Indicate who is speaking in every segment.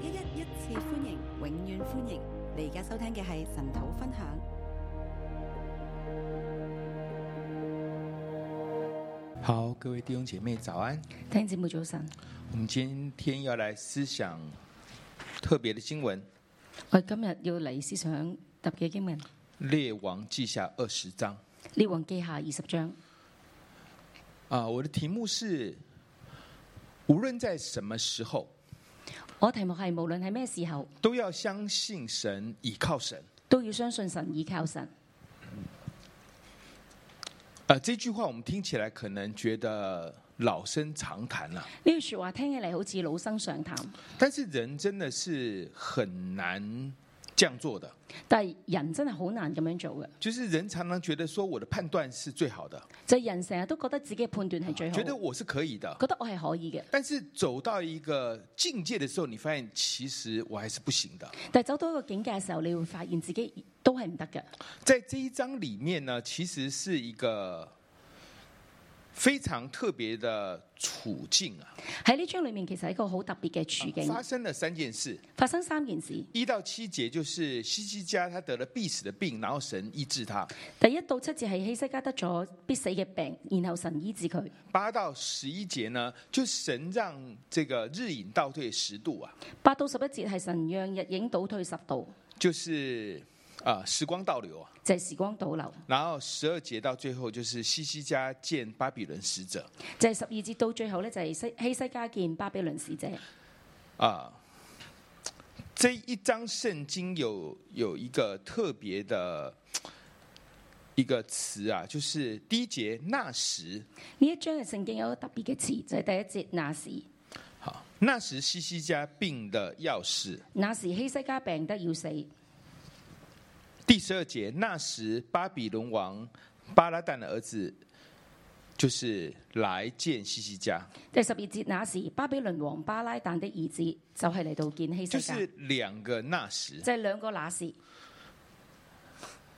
Speaker 1: 一一一次歡迎，永遠歡迎！你而家收聽嘅係神土分享。
Speaker 2: 好，各位弟兄姐妹早安。
Speaker 3: 弟兄姊妹早晨，
Speaker 2: 我们今天要来思想特别的经文《
Speaker 3: 我哋今日要嚟思想特嘅經文《
Speaker 2: 列王记下》二十章
Speaker 3: 列王記下》二十章。
Speaker 2: 啊。我的题目是：无论在什么时候，
Speaker 3: 我題目係無論係咩時候，
Speaker 2: 都要相信神，倚靠神。
Speaker 3: 都要相信神，倚靠神。
Speaker 2: 啊，这句话我们听起来可能觉得老生常谈了、
Speaker 3: 呢句说話聽起嚟好似老生常談，
Speaker 2: 但是人真的是很难这样做的。
Speaker 3: 但係人真係好難咁樣做嘅。
Speaker 2: 就是人常常觉得说我的判断是最好的，
Speaker 3: 就係人成日都覺得自己嘅判斷係最好，
Speaker 2: 觉得
Speaker 3: 覺
Speaker 2: 我是可以的。
Speaker 3: 得我係可以嘅。
Speaker 2: 但是走到一个境界的时候，你发现其实我还是不行的。
Speaker 3: 但係走到一個境界嘅時候，你會發現自己都係唔得嘅。
Speaker 2: 在这一章里面呢，其实是一个非常特别的处境啊，
Speaker 3: 喺呢章裏面，其實係一個好特別嘅處
Speaker 2: 发
Speaker 3: 境，
Speaker 2: 生了三件事。
Speaker 3: 發生三件事。
Speaker 2: 一到七节就是西西家他得了必死的病，然后神医治他；
Speaker 3: 第一到七節係希西家得咗必死嘅病，然後神醫治佢。
Speaker 2: 八到十一节呢，就神让这个日影倒退十度啊，
Speaker 3: 八到十一節係神讓日影倒退十度，
Speaker 2: 就是啊、呃时光倒流啊。
Speaker 3: 就係、時光倒流。
Speaker 2: 然后十二节到最后就是西西家见巴比伦使者，
Speaker 3: 就係十二節到最後呢，就係西希西家見巴比倫使者。
Speaker 2: 啊，这一章圣经有有一个特别的一个词啊，就是第一节那时，
Speaker 3: 呢一章嘅聖經有一個特別嘅詞，就係、第一節那時，
Speaker 2: 好，那时西西家病的要死。
Speaker 3: 那時希西家病得要死。
Speaker 2: 第十二节那时巴比伦王巴拉旦的儿子就是来见西西家，
Speaker 3: 第十二節那時巴比倫王巴拉旦的兒子就係嚟到見希
Speaker 2: 就
Speaker 3: 西家
Speaker 2: 是，两个那时，
Speaker 3: 就係兩個那時。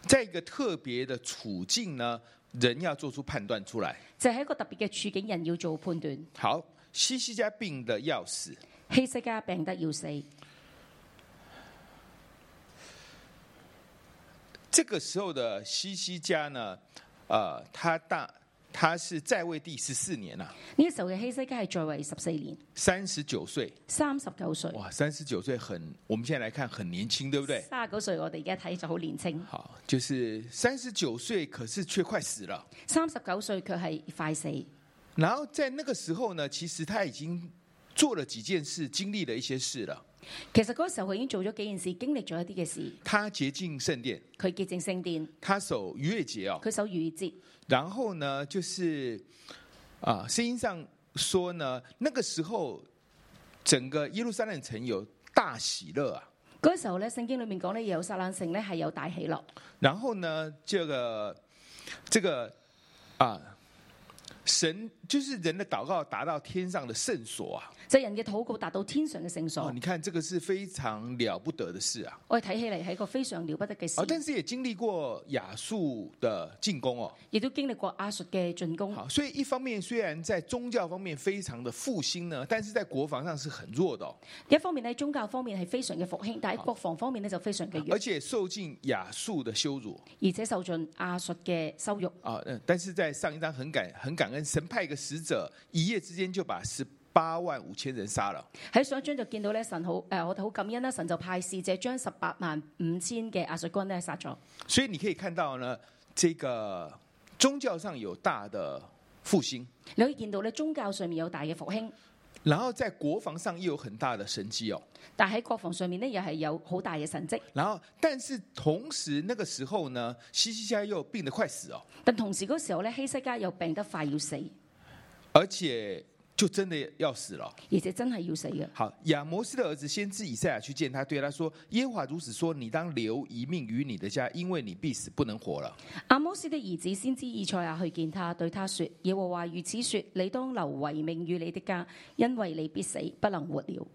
Speaker 2: 在一个特别的处境呢，人要做出判斷出来。
Speaker 3: 就係、一個特別嘅處境，人要做判斷。
Speaker 2: 好，西西家病的要死。
Speaker 3: 希西家病得要死，呢
Speaker 2: 这个时候的西西家呢，呃，他大他是在位第十四年啊，
Speaker 3: 個時候嘅希西家係在位十四年，
Speaker 2: 三十九岁，
Speaker 3: 三十九歲，
Speaker 2: 哇，三十九岁很，我们现在来看很年轻，对不对？
Speaker 3: 三十九歲我哋而家睇就好年青。
Speaker 2: 好，就是三十九岁，可是却快死了。
Speaker 3: 三十九歲佢係快死，
Speaker 2: 然后在那个时候呢，其实他已经做了几件事，经历了一些事了。
Speaker 3: 其實嗰個時候佢已經做咗幾件事，經歷咗一啲嘅事。
Speaker 2: 他洁净圣殿，
Speaker 3: 佢潔淨聖殿，
Speaker 2: 他守逾越节哦，
Speaker 3: 佢守逾越節。
Speaker 2: 然后呢，就是啊，圣经上说呢，那个时候整个耶路撒冷城有大喜乐啊。
Speaker 3: 嗰時候咧，聖經裏面講咧，耶路撒冷城咧係有大喜樂。
Speaker 2: 然后呢，这个这个啊，神就是人的祷告达到天上的圣所啊！
Speaker 3: 就係人嘅禱告達到天上嘅聖
Speaker 2: 哦，
Speaker 3: 所
Speaker 2: 你。看这个是非常了不得的事啊！
Speaker 3: 我哋睇起嚟係一個非常了不得嘅
Speaker 2: 哦，但
Speaker 3: 事，
Speaker 2: 是也经历过亚述的进攻哦。
Speaker 3: 亦都經歷過亞述嘅進攻。
Speaker 2: 好，所以一方面虽然在宗教方面非常的复兴呢，但是在国防上是很弱的、哦，
Speaker 3: 一方面喺宗教方面係非常嘅復興，但喺國防方面咧就非常嘅弱
Speaker 2: 啊而，且受尽亚述的羞辱
Speaker 3: 而且受盡亞述嘅羞辱。
Speaker 2: 啊。嗯，但是在上一章很感很感恩，神派一个使者，一夜之间就把十八万五千人杀了。
Speaker 3: 喺上一章就見到咧，神好誒、呃我哋好感恩啦，神就派使者將十八萬五千嘅亞述軍咧殺咗。
Speaker 2: 所以你可以看到呢，这个宗教上有大的复兴，
Speaker 3: 你可以見到咧，宗教上面有大嘅復興，
Speaker 2: 然后在国防上又有很大的神迹哦。
Speaker 3: 但喺國防上面咧又係有好大嘅神跡。
Speaker 2: 然后，但是同时那个时候呢，西西家又病得快死哦，
Speaker 3: 但同時嗰時候咧，希西家又病得快要死，而
Speaker 2: 而且就真的要死了。
Speaker 3: 且真係要死嘅。
Speaker 2: 好，亚摩斯的儿子先知以赛亚去见他，对他说：“耶和华如此说，你当留一命于你的家，因为你必死不能活了。
Speaker 3: 阿摩斯的兒子先知以賽亞去見他，對他說：耶和華如此說，你當留遺命於你的家，因為你必死，不能活了。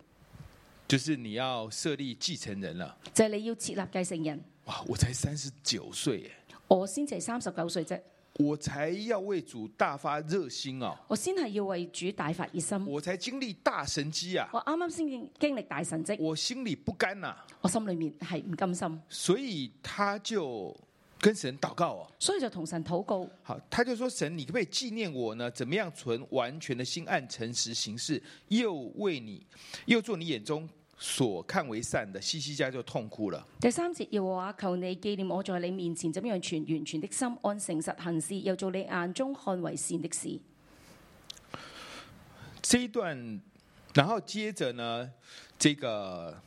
Speaker 2: 就是你要设立继承人了。
Speaker 3: 就係、你要設立繼承人。
Speaker 2: 哇，我才三十九岁耶，
Speaker 3: 我先至係三十九歲啫，
Speaker 2: 我才要为主大发热心啊，
Speaker 3: 我先係要為主大發熱心。
Speaker 2: 我才经历大神机啊，
Speaker 3: 我啱啱先經經歷大神蹟，
Speaker 2: 我心里不甘呐、
Speaker 3: 我心裏面係唔甘心，
Speaker 2: 所以他就跟神祷告哦。
Speaker 3: 所以就同神禱告。
Speaker 2: 好，他就说：“神，你可不可以纪念我呢？怎么样存完全的心，按诚实行事，又为你，又做你眼中所看为善的？”西西家就痛哭了。
Speaker 3: 第三節要話求你紀念我在你面前怎樣存完全的心，按誠實行事，又做你眼中看為善的事。
Speaker 2: 这一段，然后接着呢，这个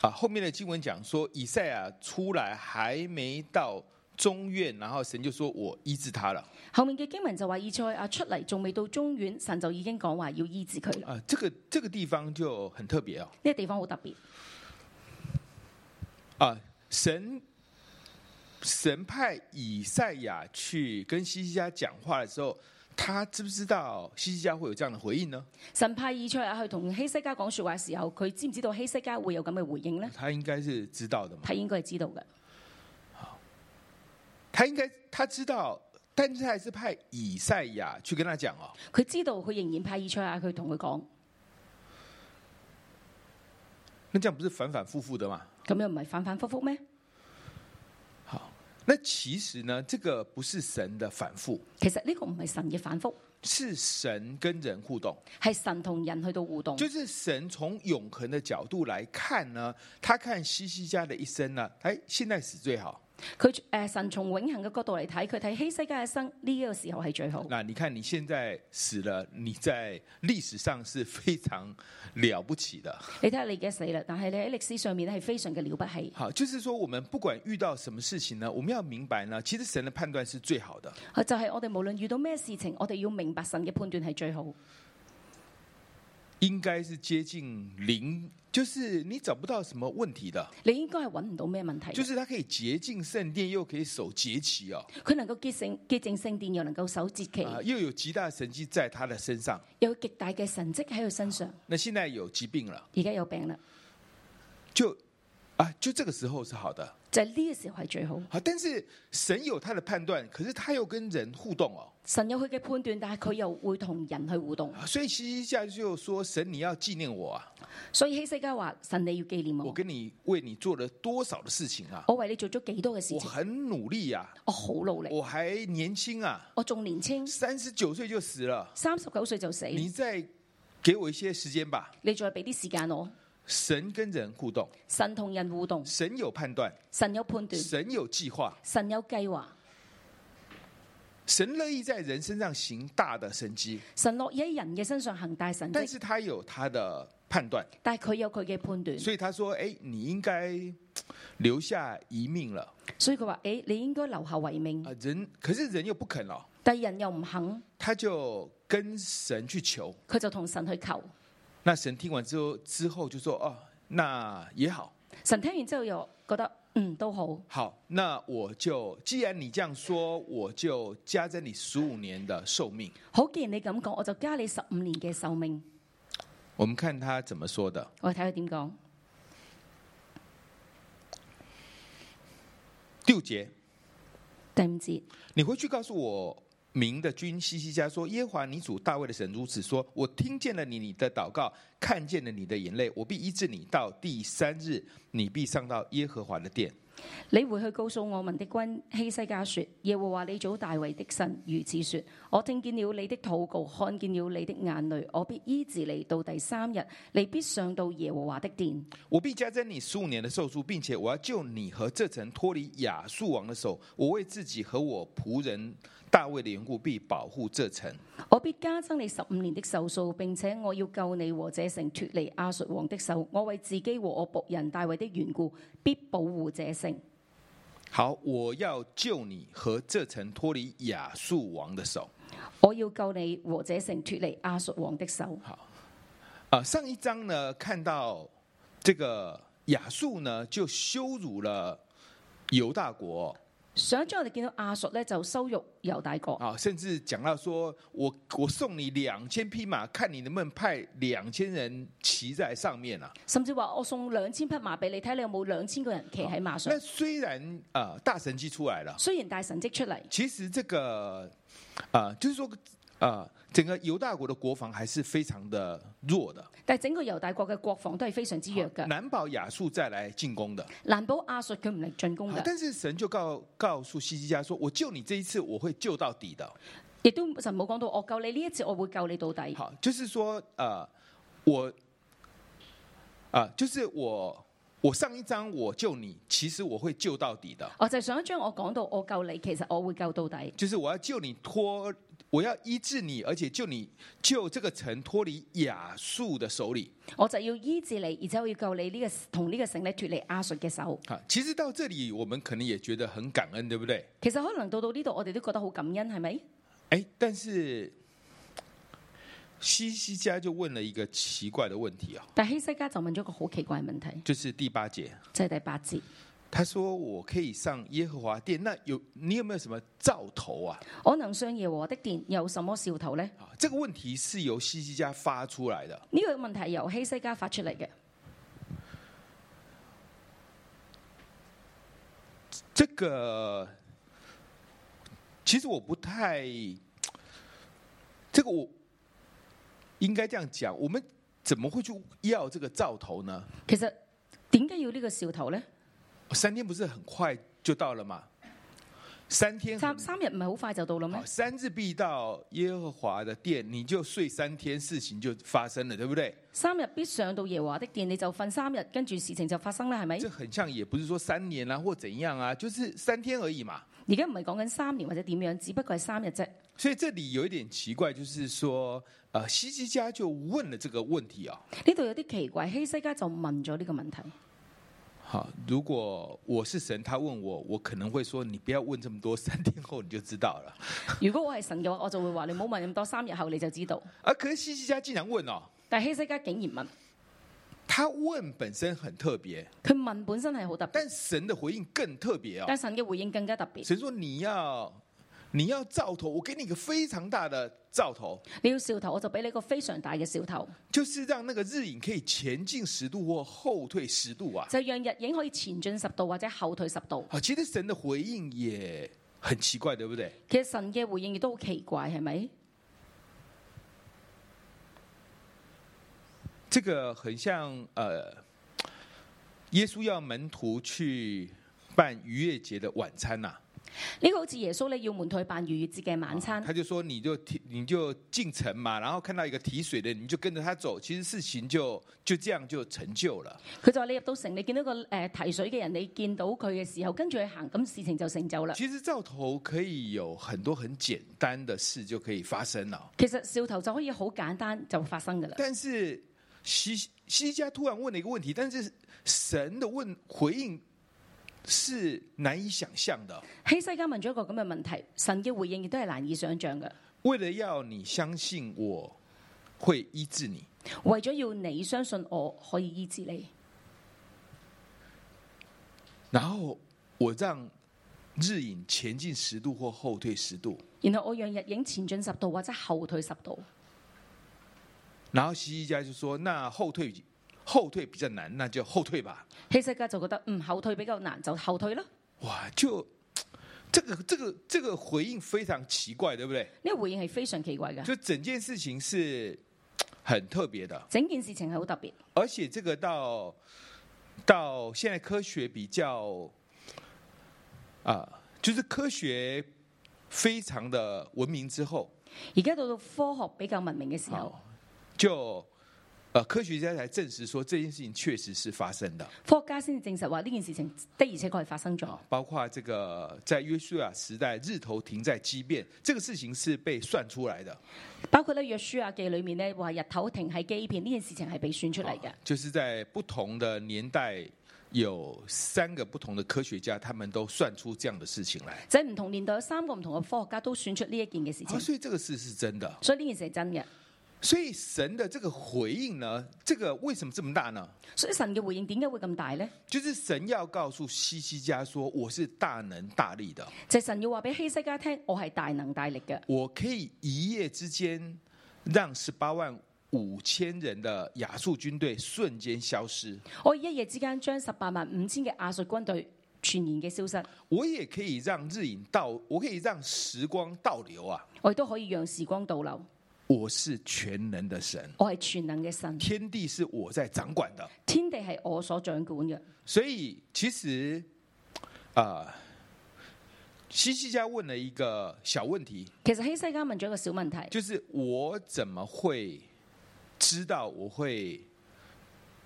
Speaker 2: 啊，后面的经文讲说，以赛亚出来还没到中院，然后神就说我医治他了。
Speaker 3: 後面嘅經文就話以賽亞出嚟仲未到中院，神就已經講話要醫治佢啦。
Speaker 2: 啊，这个这个地方就很特别哦。
Speaker 3: 呢、個地方好特別，
Speaker 2: 啊，神神派以赛亚去跟西西家讲话的时候，他知不知道西西家会有这样的回应呢？
Speaker 3: 神派以賽亞去同希西家講说話嘅時候，佢知唔知道希西家會有咁嘅回應呢？
Speaker 2: 他应该是知道的嘛，
Speaker 3: 佢應該係知道嘅，
Speaker 2: 他应该他知道，但是他还是派以赛亚去跟他讲哦。
Speaker 3: 佢知道佢仍然派以賽亞去同佢講，
Speaker 2: 那这样不是反反复复的嘛？
Speaker 3: 咁樣唔係反反覆覆咩？
Speaker 2: 好，那其实呢，这个不是神的反复，
Speaker 3: 其實呢個唔係神嘅反覆，
Speaker 2: 是神跟人互动。
Speaker 3: 係神同人去到互動。
Speaker 2: 就是神从永恒的角度来看呢，他看西西家的一生呢，哎，现在死最好。
Speaker 3: 佢誒、神從永恆嘅角度嚟睇，佢睇希西家嘅生呢、一個時候係最好。
Speaker 2: 那你看你现在死了，你在历史上是非常了不起的。
Speaker 3: 你睇下你嘅死啦，但係你喺歷史上面咧係非常嘅了不起。
Speaker 2: 好，就是说我们不管遇到什么事情呢，我们要明白呢，其实神的判断是最好的。
Speaker 3: 就係我哋無論遇到咩事情，我哋要明白神嘅判斷係最好。
Speaker 2: 应该是接近零，就是你找不到什么问题的，
Speaker 3: 你應該係揾唔到咩問題嘅。
Speaker 2: 就是他可以洁净圣殿，又可以守节期哦，
Speaker 3: 佢能夠潔淨潔淨聖殿，又能夠守節期，
Speaker 2: 啊，又有极大的神迹在他的身上。
Speaker 3: 又有極大嘅神蹟喺佢身上。
Speaker 2: 那现在有疾病了，
Speaker 3: 而家有病啦，
Speaker 2: 就啊，就这个时候是好的。
Speaker 3: 就係呢個時候係最好。
Speaker 2: 好，但是神有他的判断，可是他又跟人互动哦。
Speaker 3: 神有佢嘅判斷，但係佢又會同人去互動。
Speaker 2: 啊所以西西家就说：“神，你要纪念我啊！
Speaker 3: 所以希西家話：神你要紀念
Speaker 2: 我
Speaker 3: 我，
Speaker 2: 跟你为你做了多少的事情啊！
Speaker 3: 我為你做咗幾多嘅事
Speaker 2: 我
Speaker 3: 情，
Speaker 2: 很努力啊，
Speaker 3: 我好努力，
Speaker 2: 我还年轻啊，
Speaker 3: 我仲年青，
Speaker 2: 三十九岁就死了。
Speaker 3: 三十九歲就死。
Speaker 2: 你再给我一些时间吧。
Speaker 3: 你再俾啲時間我，”
Speaker 2: 神跟人互动，
Speaker 3: 神同人互動，
Speaker 2: 神有判断，
Speaker 3: 神有判斷，
Speaker 2: 神有计划，
Speaker 3: 神有計劃，
Speaker 2: 神乐意在人身上行大的神迹，
Speaker 3: 神落喺人嘅身上行大神
Speaker 2: 但
Speaker 3: 蹟，
Speaker 2: 是他有他的判断，
Speaker 3: 但係佢有佢嘅判斷，
Speaker 2: 所以他说：“哎，你应该嘖留下遗命了
Speaker 3: 所以佢話：诶、你應該留下遺命
Speaker 2: 啊。”人可是人又不肯哦，
Speaker 3: 但係人又唔肯，
Speaker 2: 他就跟神去求。
Speaker 3: 佢就同神去求。
Speaker 2: 那神听完之后，之后就说：“哦，那也好，
Speaker 3: 神聽完之後又覺得嗯都好，
Speaker 2: 好，那我就既然你这样说，我就加增你十五年的寿命。
Speaker 3: 好，既然你咁講，我就加你十五年嘅壽命。”
Speaker 2: 我们看他怎么说的。
Speaker 3: 我睇佢點講。
Speaker 2: 六节，
Speaker 3: 第五節，
Speaker 2: 你回去告诉我明的君西西家说：“耶和华你主大卫的神如此说：我听见了你你的祷告，看见了你的眼泪，我必医治你。到第三日，你必上到耶和华的殿。”
Speaker 3: 你回去告訴我民的君希西家說：耶和華你祖大衛的神如此說：我聽見了你的禱告，看見了你的眼淚，我必醫治你。到第三日，你必上到耶和華的殿。
Speaker 2: 我必加增你十五年的寿数，并且我要救你和这城脱离亚述王的手。我为自己和我仆人大卫的缘故，必保护这城。
Speaker 3: 我必加增你十五年的壽數，並且我要救你和這城脱離亞述王的手。我為自己和我仆人大衛的緣故，必保護這城。
Speaker 2: 好，我要救你和这城脱离亚述王的手。
Speaker 3: 我要救你和這城脱離亞述王的手。
Speaker 2: 啊、上一章呢，看到这个亚述呢，就羞辱了犹大国，
Speaker 3: 上章我哋見到亞述咧就羞辱猶大國，
Speaker 2: 啊，甚至讲到说我我送你两千匹马，看你能不能派两千人骑在上面啊。
Speaker 3: 甚至話我送兩千匹馬俾你，睇你有冇兩千個人騎
Speaker 2: 哦
Speaker 3: 喺馬上
Speaker 2: 那。虽然呃大神机出来了，
Speaker 3: 雖然大神蹟出嚟，
Speaker 2: 其实这个啊、呃就是说啊、呃整个犹大国的国防还是非常的弱的，
Speaker 3: 但係整個猶大國嘅國防都係非常之弱嘅，
Speaker 2: 难保亚述再来进攻的。
Speaker 3: 難保亞述佢唔嚟進攻
Speaker 2: 啊
Speaker 3: 嘅，
Speaker 2: 但是神就告告诉西西家说：“我救你这一次，我会救到底的。
Speaker 3: 亦都神冇講到我救你呢一次，我會救你到底”。
Speaker 2: 好，就是说，呃，我，啊、就是我，我上一章我救你，其实我会救到底的。
Speaker 3: 我就係上一章我講到我救你，其實我會救到底，
Speaker 2: 就是我要救你脱，我要医治你，而且救你救这个城脱离亚述的手里。
Speaker 3: 我就要醫治你，而且我要救你呢、個同呢個城咧脱離亞述嘅手。
Speaker 2: 好，啊其实到这里我们可能也觉得很感恩，对不对？
Speaker 3: 其實可能到到呢度，我哋都覺得好感恩，係咪？
Speaker 2: 哎，但是西西家就问了一个奇怪的问题啊、
Speaker 3: 但希西家就問咗個好奇怪嘅問題，
Speaker 2: 就是第八节。
Speaker 3: 就係、第八節。
Speaker 2: 他说：“我可以上耶和华殿，那有你有没有什么兆头啊
Speaker 3: 我能上耶和華的殿，有什麼兆頭呢？？”
Speaker 2: 啊，这个问题是由西西家发出来的。
Speaker 3: 呢、個問題由希西家發出嚟嘅，
Speaker 2: 这个其实我不太，这个我应该这样讲，我们怎么会去要这个兆头呢？
Speaker 3: 其實點解要呢個兆頭呢？
Speaker 2: 三天不是很快就到了吗？三天很
Speaker 3: 三三日唔係好快就到啦咩
Speaker 2: 嗯好，？三日必到耶和华的殿，你就睡三天，事情就发生了，对不对？
Speaker 3: 三日必上到耶和華的殿，你就瞓三日，跟住事情就發生啦，係咪？
Speaker 2: 这很像，也不是说三年啊或怎样啊，就是三天而已嘛。
Speaker 3: 而家唔係講緊三年或者點樣，只不過係三日啫。
Speaker 2: 所以这里有一点奇怪，就是说，呃，西西家就问了这个问题啊、
Speaker 3: 呢度有啲奇怪，希西家就問咗呢個問題。
Speaker 2: 好，如果我是神，他问我，我可能会说，你不要问这么多，三天后你就知道了。
Speaker 3: 如果我係神嘅話，我就會話你唔好問咁多，三日後你就知道。
Speaker 2: 而、啊可是西西家竟然问哦，
Speaker 3: 但係希西家竟然問，
Speaker 2: 他问本身很特别，
Speaker 3: 佢問本身係好特別，
Speaker 2: 但神的回应更特别哦。
Speaker 3: 但神嘅回應更加特別。
Speaker 2: 神说你要你要兆头，我给你一个非常大的兆头，
Speaker 3: 你要兆頭，我就俾你一個非常大嘅兆頭，
Speaker 2: 就是让那个日影可以前进十度或后退十度啊。
Speaker 3: 就係讓日影可以前進十度或者後退十度。
Speaker 2: 好，其实神的回应也很奇怪，对不对？
Speaker 3: 其實神嘅回應亦都好奇怪，係咪？
Speaker 2: 这个很像呃，耶稣要门徒去办逾越节的晚餐啊呐、
Speaker 3: 呢、個好似耶穌咧要門徒去辦逾越節嘅晚餐，
Speaker 2: 他就说你就提你就进城嘛，然后看到一个提水的，你就跟着他走，其实事情就就这样就成就了。
Speaker 3: 佢就話你入到城，你見到個誒、呃提水嘅人，你見到佢嘅時候，跟住去行，咁事情就成就啦。
Speaker 2: 其实兆头可以有很多很简单的事就可以发生了，
Speaker 3: 其實兆頭就可以好簡單就發生噶啦。
Speaker 2: 但是西西家突然问了一个问题，但是神的问回应是难以想象的。
Speaker 3: 希西家問咗一個咁嘅問題，神嘅回應亦都係難以想像嘅。
Speaker 2: 为了要你相信我会医治你，
Speaker 3: 為咗要你相信我可以醫治你，
Speaker 2: 然后我让日影前进十度或后退十度，
Speaker 3: 然後我讓日影前進十度或者後退十度。
Speaker 2: 然后西西家就说：“那后退后退比较难，那就后退吧。
Speaker 3: 希西家就覺得嗯後退比較難，就後退啦。呢、”
Speaker 2: 哇，就这个这个这个回應非常奇怪，对不对？
Speaker 3: 個回應係非常奇怪嘅，
Speaker 2: 就整件事情是很特别的，
Speaker 3: 整件事情係好特別。
Speaker 2: 而且这个到到现在科学比较啊、就是科学非常的文明之后，
Speaker 3: 而家到到科學比較文明嘅時候
Speaker 2: 好，，就呃科学家才证实说这件事情确实是发生的，
Speaker 3: 科學家先至證實話呢件事情的而且確係發生咗。
Speaker 2: 包括这个在约书亚时代日头停在畸变这个事情是被算出来的，
Speaker 3: 包括咧約書亞記裏面咧話日頭停喺基片呢件事情係被算出嚟嘅
Speaker 2: 好。啊就是在不同的年代。有三个不同的科学家，他们都算出这样的事情来，
Speaker 3: 就係唔同年代有三個唔同嘅科學家都選出呢一件嘅事
Speaker 2: 啊
Speaker 3: 情，
Speaker 2: 所以这个事是真的。
Speaker 3: 所以呢件事係真嘅。
Speaker 2: 所以神的这个回应呢，这个为什么这么大呢？
Speaker 3: 所以神嘅回應點解會咁大呢？
Speaker 2: 就是神要告诉西西家说，我是大能大力的，
Speaker 3: 就係神要話俾希西家聽，我係大能大力嘅，
Speaker 2: 我可以一夜之间让十八万五千人的亚述军队瞬间消失，
Speaker 3: 我一夜之間將十八萬五千嘅亞述軍隊全然嘅消失，
Speaker 2: 我也可以让日影倒，我可以让时光倒流啊！
Speaker 3: 我亦都可以讓時光倒流。
Speaker 2: 我是全能的神，
Speaker 3: 我係全能嘅神，
Speaker 2: 天地是我在掌管的，
Speaker 3: 天地係我所掌管嘅。
Speaker 2: 所以其实啊、西西家问了一个小问题，
Speaker 3: 其實希西家問咗一個小問題，
Speaker 2: 就是我怎么会知道我会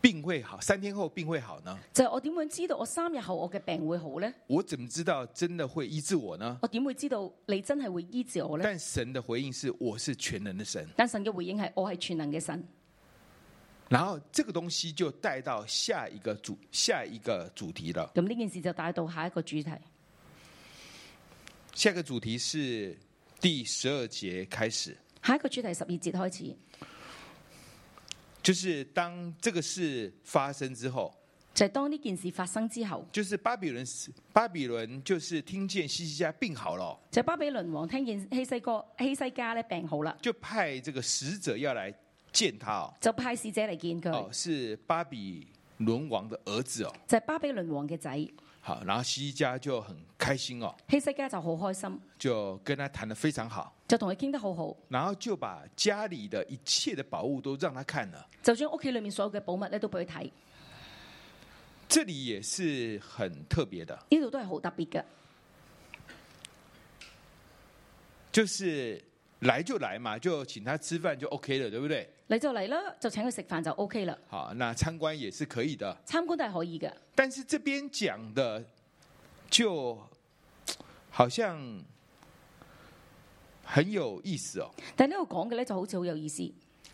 Speaker 2: 病会好，三天后病会好呢？
Speaker 3: 就係我點樣知道我三日後我嘅病會好呢？
Speaker 2: 我怎么知道真的会医治我呢？
Speaker 3: 我點會知道你真係會醫治我呢？
Speaker 2: 但神的回应是我是全能的神，
Speaker 3: 但神嘅回應係我係全能嘅神，
Speaker 2: 然后这个东西就带到下一个主下一个主题了。
Speaker 3: 咁呢件事就帶到下一個主題。
Speaker 2: 下一个主题是第十二节开始，
Speaker 3: 下一個主題十二節開始，
Speaker 2: 就是当这个事发生之后，
Speaker 3: 就係當呢件事發生之後，
Speaker 2: 就是巴比伦巴比伦就是听见西西家病好了哦，
Speaker 3: 就巴比倫王聽見希西哥希西家咧病好啦，
Speaker 2: 就派这个使者要来见他哦。
Speaker 3: 就派使者嚟見佢，
Speaker 2: 哦，是巴比伦王的儿子哦。
Speaker 3: 就係巴比倫王嘅仔
Speaker 2: 好，然后西西家就很开心哦，
Speaker 3: 希西家就好開心，
Speaker 2: 就跟他谈的非常好，
Speaker 3: 就同佢傾得好好，
Speaker 2: 然后就把家里的一切的宝物都让他看了。
Speaker 3: 就將屋企裏面所有嘅寶物咧都俾佢睇，
Speaker 2: 这里也是很特别的，
Speaker 3: 呢度都係好特別嘅，
Speaker 2: 就是来就来嘛，就请他吃饭就 OK 了，对不对？
Speaker 3: 嚟就嚟啦，就請佢食飯就 O K 啦，
Speaker 2: 好，那参观也是可以的，
Speaker 3: 參觀都係可以嘅，
Speaker 2: 但是这边讲的就好像很有意思哦。
Speaker 3: 但係呢度講嘅咧就好似好有意思。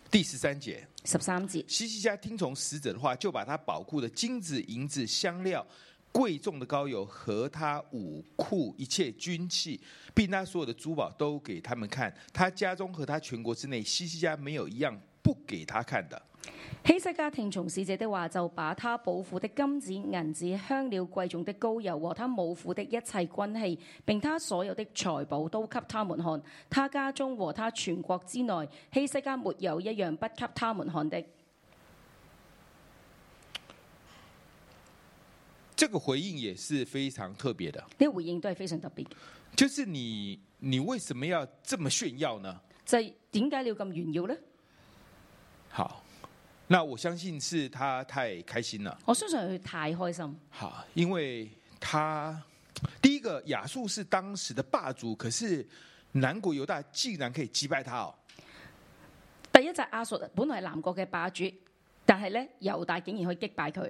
Speaker 2: 第十三节，
Speaker 3: 十三節，
Speaker 2: 西西家听从使者的话，就把他宝库的金子、银子、香料、贵重的膏油和他武库一切军器，并他所有的珠宝都给他们看。他家中和他全国之内，西西家没有一样不给他看的。
Speaker 3: 希西家聽從使者的話，就把他寶庫的金子、銀子、香料、貴重的膏油和他武庫的一切軍器，並他所有的財寶都給他們看。他家中和他全國之內，希西家沒有一樣不給他們看的。
Speaker 2: 这个回应也是非常特别的，
Speaker 3: 呢、個回應都係非常特別嘅，
Speaker 2: 就是你你为什么要这么炫耀呢？
Speaker 3: 就係點解你要咁炫耀呢？
Speaker 2: 好，那我相信是他太开心了。
Speaker 3: 我相信佢太開心，
Speaker 2: 好，因为他第一个亚述是当时的霸主，可是南国犹大竟然可以击败他哦。
Speaker 3: 第一隻亞述本來係南國嘅霸主，但係呢，猶大竟然去擊敗佢，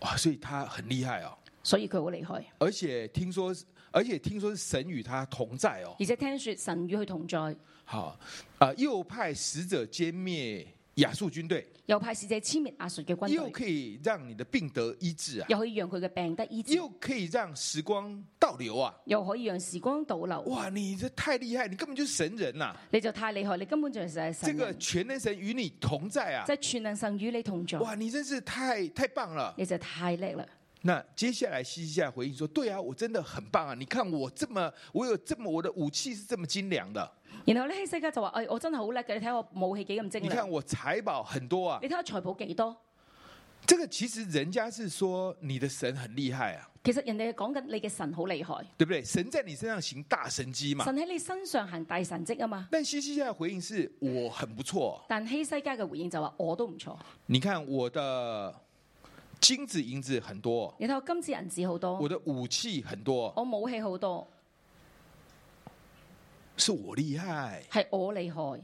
Speaker 2: 哇，所以他很厉害哦。
Speaker 3: 所以佢好厲害。
Speaker 2: 而且听说，而且听说是神与他同在哦。
Speaker 3: 而且聽說神與佢同在，
Speaker 2: 好，啊、又派使者歼灭亚述军队，
Speaker 3: 又派使者殲滅亞述嘅軍
Speaker 2: 又
Speaker 3: 隊。
Speaker 2: 可以让你的病得医治啊，
Speaker 3: 又可以讓佢嘅病得醫治，
Speaker 2: 又可以讓时光倒流啊。
Speaker 3: 又可以讓時光倒流。
Speaker 2: 哇，你这太厉害，你根本就是神人呐、
Speaker 3: 你就太厲害，你根本就係
Speaker 2: 这
Speaker 3: 神
Speaker 2: 个
Speaker 3: 人，
Speaker 2: 全能神与你同在啊
Speaker 3: 就！係全能神與你同在，
Speaker 2: 哇，你真是太太棒了。
Speaker 3: 你就太叻啦。
Speaker 2: 那接下来西西家回应说：“对啊，我真的很棒啊！你看我这么，我有这么我的武器是这么精良的，
Speaker 3: 然後咧，希西家就話：，哎，我真係好叻嘅，你睇我武器幾咁精
Speaker 2: 你看
Speaker 3: 良，
Speaker 2: 我财宝很多啊
Speaker 3: 你。睇我財寶幾多。
Speaker 2: 这个其实人家是说你的神很厉害啊，
Speaker 3: 其實人哋係講緊你嘅神好厲害，
Speaker 2: 对不对？神在你身上行大神机嘛。
Speaker 3: 神喺你身上行大神蹟啊嘛。
Speaker 2: 但西西家的回应是我很不错哦，
Speaker 3: 但希西家嘅回應就話：我都唔錯，
Speaker 2: 你看我的金子银子很多哦，
Speaker 3: 你睇我金子銀子好多，
Speaker 2: 我的武器很多哦，
Speaker 3: 我武器好多，
Speaker 2: 是我厉害。
Speaker 3: 係我厲害。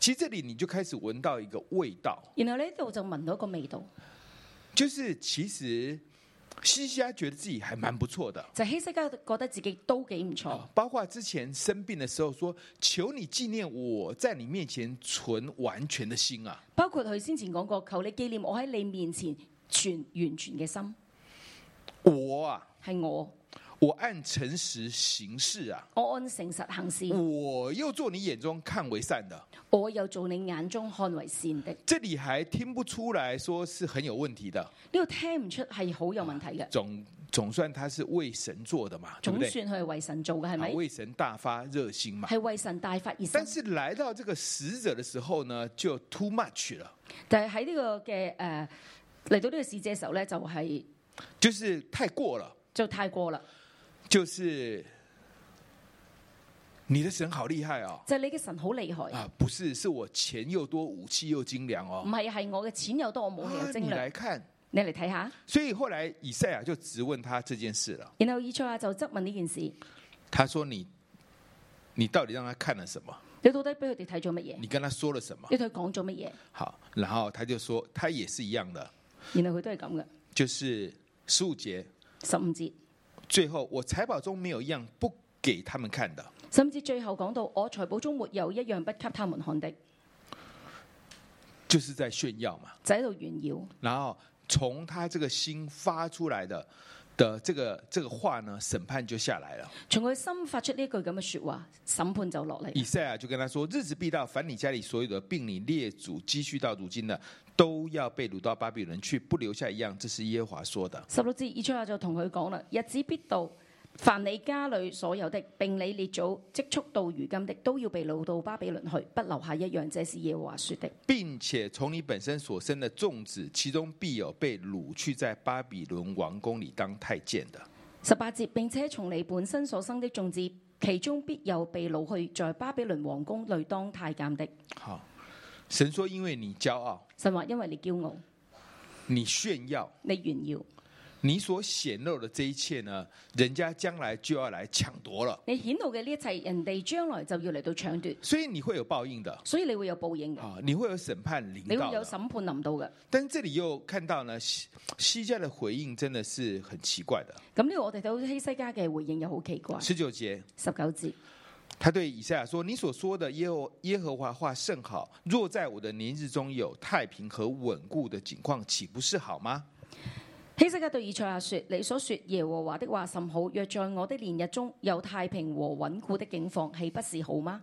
Speaker 2: 其实这里你就开始闻到一个味道，
Speaker 3: 然後呢度就聞到一個味道，
Speaker 2: 就是其实西西家觉得自己还蛮不错的。”
Speaker 3: 就希西家覺得自己都幾唔錯。
Speaker 2: 啊包括之前生病的时候说：“求你纪念我在你面前存完全的心啊
Speaker 3: 包括佢先前講過，求你紀念我喺你面前全完全嘅心，！”
Speaker 2: 我啊，
Speaker 3: 係我，
Speaker 2: 我按诚实行事啊，
Speaker 3: 我按誠實行
Speaker 2: 嗯
Speaker 3: 事，
Speaker 2: 我又做你眼中看为善的。
Speaker 3: 我又做你眼中看為善的。
Speaker 2: 这里还听不出来说是很有问题的，
Speaker 3: 呢度聽唔出係好有問題嘅，
Speaker 2: 总总算他是为神做的嘛，对
Speaker 3: 總
Speaker 2: 不
Speaker 3: 算
Speaker 2: 对？
Speaker 3: 佢係為神做嘅，係
Speaker 2: 啊
Speaker 3: 咪？
Speaker 2: 为神大发热心嘛。
Speaker 3: 係為神大發熱
Speaker 2: 但
Speaker 3: 心。
Speaker 2: 是来到这个使者的时候呢，就 too much 了，
Speaker 3: 但係喺呢個嘅誒嚟到呢個使者嘅時候咧，就係、
Speaker 2: 就是太过了，
Speaker 3: 就太過啦。
Speaker 2: 就是你的神好厉害哦。
Speaker 3: 就係、你嘅神好厲害，
Speaker 2: 啊，不是，是我钱又多，武器又精良
Speaker 3: 唔
Speaker 2: 哦。
Speaker 3: 係係我嘅錢又多，嗯我武器
Speaker 2: 啊
Speaker 3: 又精
Speaker 2: 你
Speaker 3: 良。
Speaker 2: 来看，
Speaker 3: 你嚟睇下，
Speaker 2: 所以后来以赛亚就质问他这件事了。
Speaker 3: 然後以賽亞就質問呢件事：
Speaker 2: 他说你：“你到底让他看了什么？
Speaker 3: 你到底俾佢哋睇咗乜嘢？
Speaker 2: 你跟他说了什么
Speaker 3: 你對佢講咗乜嘢？？”
Speaker 2: 好，然後他就说，他也是一样的，
Speaker 3: 然後佢都係咁嘅。
Speaker 2: 就是十五节
Speaker 3: 十五節，
Speaker 2: 最后，我财宝中没有一样不给他们看的。
Speaker 3: 甚至最後講到我財寶中沒有一樣不給他們看的，
Speaker 2: 就是在炫耀嘛。
Speaker 3: 就喺度炫耀。
Speaker 2: 然后从他这个心发出来的的这个这个话呢，审判就下来了。
Speaker 3: 從佢心發出呢句咁嘅説話，審判就落嚟
Speaker 2: 以。赛亚就跟他说：“日子必到，凡你家里所有的，并你列祖积蓄到如今的，都要被掳到巴比伦去，不留下一样。”这是耶和华说的。
Speaker 3: 十六節，以賽亞就同佢講啦：日子必到，凡你家裏所有的，並你列祖積蓄到如今的，都要被擄到巴比倫去，不留下一樣。這是耶和華說的。
Speaker 2: 并且从你本身所生的众子，其中必有被掳去在巴比伦王宫里当太监的。
Speaker 3: 十八節，並且從你本身所生的種子，其中必有被擄去在巴比倫王宮裏當太監的。
Speaker 2: 好，神说：因为你骄傲，
Speaker 3: 神話因為你驕傲，
Speaker 2: 你炫耀，
Speaker 3: 你炫耀，
Speaker 2: 你所显露的这一切呢，人家将来就要来抢夺了，
Speaker 3: 你顯露嘅呢一切，人哋將來就要嚟到搶奪，
Speaker 2: 所以你会有报应的。
Speaker 3: 所以你會有報應嘅，
Speaker 2: 啊，你会有审判领
Speaker 3: 你
Speaker 2: 导
Speaker 3: 會有
Speaker 2: 的。
Speaker 3: 審判臨到嘅。
Speaker 2: 但是这里又看到呢，西西家的回应真的是很奇怪的。
Speaker 3: 咁呢個我哋睇到希西家嘅回應又好奇怪。
Speaker 2: 十九节，
Speaker 3: 十九節。
Speaker 2: 他对以赛亚说：“你所说的耶和耶和华话甚好，若在我的年日中有太平和稳固的景况，岂不是好吗？
Speaker 3: 希西家對以賽亞說：你所說耶和華的話甚好，若在我的年日中有太平和穩固的境況，豈不是好嗎？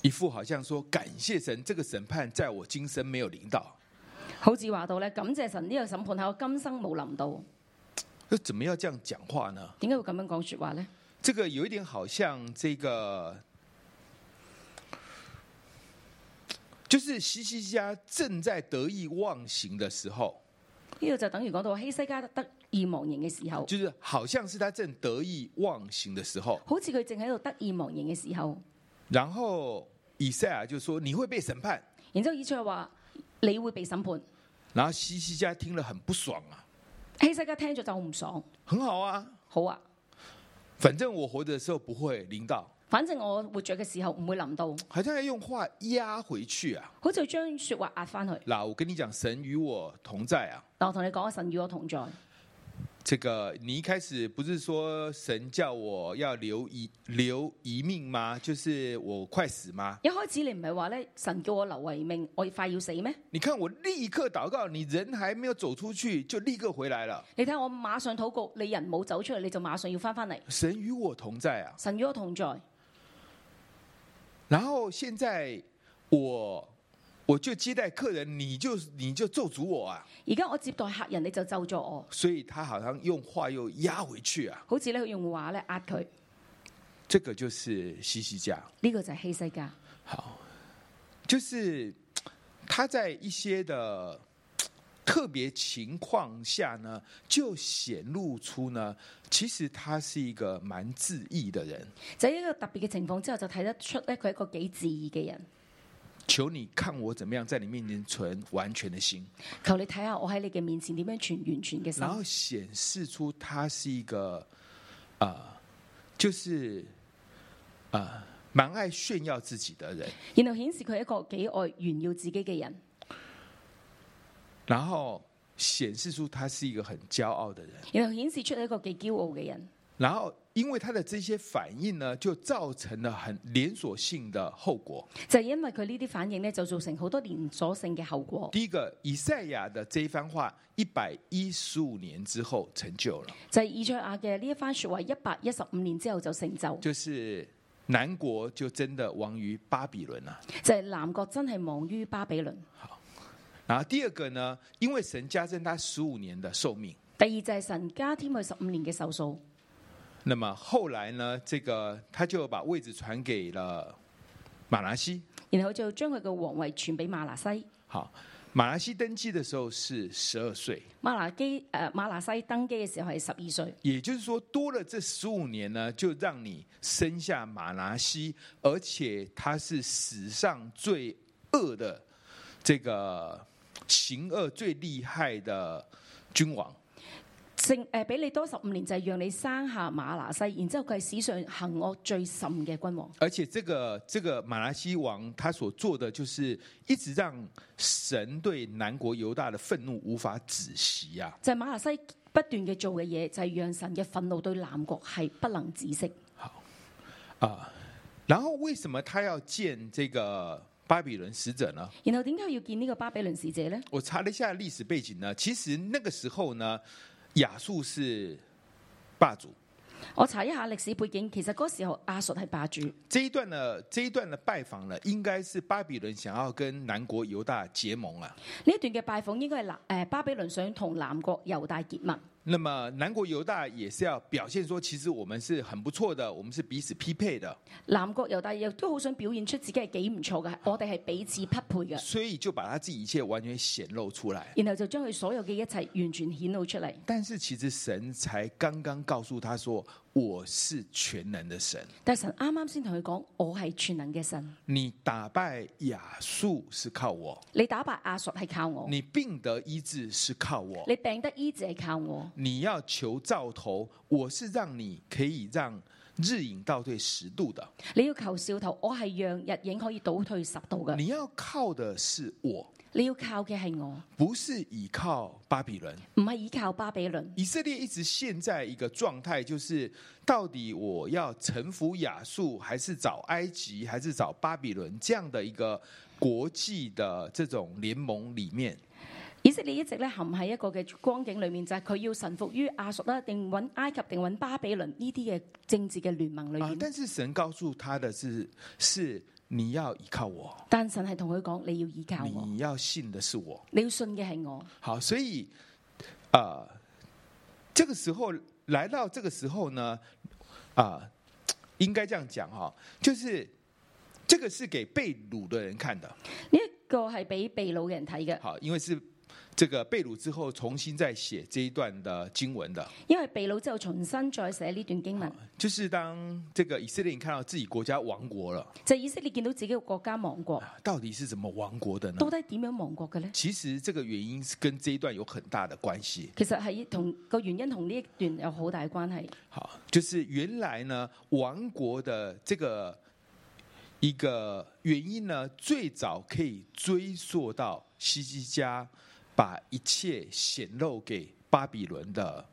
Speaker 2: 一副好像说感谢神，这个审判在我今生没有领导，
Speaker 3: 好似話到咧，感謝神呢個審判喺我今生冇臨到，
Speaker 2: 那怎么要这样讲话呢？
Speaker 3: 點解會咁樣講说話呢？
Speaker 2: 这个有一点好像这个，就是西西家正在得意忘形的时候，
Speaker 3: 呢度就等於講到希西家得意忘形嘅時候，
Speaker 2: 就是好像是他正得意忘形的时候，
Speaker 3: 好似佢正喺度得意忘形嘅時候，
Speaker 2: 然后以赛亚就说你会被审判，
Speaker 3: 然之後以賽亞話：你會被審判。
Speaker 2: 然后西西家听了很不爽啊，
Speaker 3: 希西家聽咗就好唔爽，
Speaker 2: 很好啊，
Speaker 3: 好啊，
Speaker 2: 反正我活着的时候不会临到，
Speaker 3: 反正我活着嘅時候唔會臨到，
Speaker 2: 好像要用话压回去啊。
Speaker 3: 好似佢將说話壓翻去。
Speaker 2: 嗱，我跟你讲，神与我同在啊。
Speaker 3: 但我同你講，神與我同在。
Speaker 2: 这个你一开始不是说神叫我要留一留一命吗？就是我快死吗？
Speaker 3: 一開始你唔係話咧，神叫我留遺命，我快要死咩？
Speaker 2: 你看我立刻祷告，你人还没有走出去就立刻回来了。
Speaker 3: 你睇下我馬上禱告，你人冇走出嚟，你就馬上要翻翻嚟。
Speaker 2: 神与我同在啊。
Speaker 3: 神與我同在，
Speaker 2: 然后现在我我就接待客人，你就你就咒诅我啊！
Speaker 3: 而家我接待客人，你就咒咗我，
Speaker 2: 所以他好像用话又压回去啊。
Speaker 3: 好似咧用話咧呃佢。
Speaker 2: 这个就是西西家，
Speaker 3: 呢、個就係希西家，
Speaker 2: 好，就是他在一些的特别情况下呢，就显露出呢，其实他是一个蛮自义的人。
Speaker 3: 就喺一個特別嘅情況之後，就睇得出咧佢係一個幾自義嘅人。
Speaker 2: 求你看我怎么样在你面前存完全的心，
Speaker 3: 求你睇下我喺你嘅面前點樣存完全嘅心
Speaker 2: 然，后显示出他是一个啊、呃就是啊、呃蛮爱炫耀自己的人。
Speaker 3: 然後顯示佢係一個幾愛炫耀自己嘅人，
Speaker 2: 然后显示出他是一个很骄傲的人，
Speaker 3: 然後顯示出一個幾驕傲嘅人，
Speaker 2: 然后因为他的这些反应呢，就造成了很连锁性的后果。
Speaker 3: 就係因為佢呢啲反應咧，就造成好多連鎖性嘅後果。
Speaker 2: 第一个，以赛亚的这一番话，一百一十五年之后成就了，
Speaker 3: 就係以賽亞嘅呢一番説話，一百一十五年之後就成就，
Speaker 2: 就是南国就真的亡于巴比伦啊了、
Speaker 3: 就係南國真係亡於巴比倫。
Speaker 2: 然后第二个呢，因为神加增他十五年的寿命，
Speaker 3: 第二就係神加添佢十五年嘅壽數。
Speaker 2: 那么后来呢，这个他就把位置传给了马拿西。
Speaker 3: 然後就將佢嘅皇位傳俾馬拿西。
Speaker 2: 好，马拿西登基的时候是十二岁，
Speaker 3: 馬拿基誒、呃、馬拿西登基嘅時候係十二歲，
Speaker 2: 也就是说，多了这十五年呢，就让你生下马拿西，而且他是史上最恶的这个行恶最厉害的君王。
Speaker 3: 正誒俾你呃多十五年就係讓你生下馬拿西，然之後佢係史上行惡最甚嘅君王。
Speaker 2: 而且这个这个马拿西王他所做的，就是一直让神对南国犹大的愤怒无法止息啊。
Speaker 3: 就係、馬拿西不斷嘅做嘅嘢，就係、讓神嘅憤怒對南國係不能止息。
Speaker 2: 然后为什么他要见这个巴比伦使者呢？
Speaker 3: 然後點解要見呢個巴比倫使者呢？
Speaker 2: 我查了一下历史背景呢，其实那个时候呢，亚述是霸主。
Speaker 3: 我查一下歷史背景，其實嗰時候亞述係霸主。
Speaker 2: 这一段呢，这一段的拜访呢，应该是巴比伦想要跟南国犹大结盟啊。
Speaker 3: 呢一段嘅拜訪應該係南誒巴比倫想同南國猶大結盟，
Speaker 2: 那么南国犹大也是要表现说，其实我们是很不错的，我们是彼此匹配的，
Speaker 3: 南國猶大亦都好想表現出自己係幾唔錯嘅，我哋係彼此匹配嘅，
Speaker 2: 所以就把他自己一切完全显露出来。
Speaker 3: 然後就將佢所有嘅一切完全顯露出嚟。
Speaker 2: 但是其实神才刚刚告诉他说，我是全能的神，
Speaker 3: 但神啱啱先同佢講：我係全能嘅神，
Speaker 2: 你打败亚述是靠我，
Speaker 3: 你打敗亞述係靠我，
Speaker 2: 你病得医治是靠我，
Speaker 3: 你病得醫治係靠我。
Speaker 2: 你要求兆头，我是让你可以讓日影倒退十度的。
Speaker 3: 你要求兆頭，我係讓日影可以倒退十度嘅。
Speaker 2: 你要靠的是我，
Speaker 3: 你要靠嘅係我，
Speaker 2: 不是倚靠巴比伦。
Speaker 3: 唔係依靠巴比倫。
Speaker 2: 以色列一直陷在一个状态，就是到底我要臣服亚述，还是找埃及，还是找巴比伦这样的一个国际的这种联盟里面。
Speaker 3: 以色列一直咧陷喺一個嘅光景裏面，就係佢要臣服於亞述啦，定揾埃及，定揾巴比倫呢啲嘅政治嘅聯盟裏
Speaker 2: 啊
Speaker 3: 面。！
Speaker 2: 但是神告诉他的是，是你要依靠我，
Speaker 3: 但神係同佢講：你要依靠我，
Speaker 2: 你要信的是我。
Speaker 3: 你要信嘅係我。
Speaker 2: 好，所以啊、呃这个时候来到这个时候呢，啊、应该这样讲哈、就是这个是给被掳的人看的，
Speaker 3: 呢一個係俾秘掳嘅人睇嘅，
Speaker 2: 好，因为是这个被掳之后重新再写这一段的经文的，
Speaker 3: 因為秘掳之後重新再寫呢段經文，
Speaker 2: 就是当这个以色列人看到自己国家亡国了，啊
Speaker 3: 就係以色列見到自己嘅國家亡國，
Speaker 2: 到底是怎么亡国的呢
Speaker 3: 到？底點樣亡國嘅呢？
Speaker 2: 其实这个原因是跟这一段有很大的关系。
Speaker 3: 其實係同個原因同呢一段有好大關係。
Speaker 2: 好，就是原来呢，亡国的这个一个原因呢，最早可以追溯到西西家把一切显露给巴比伦的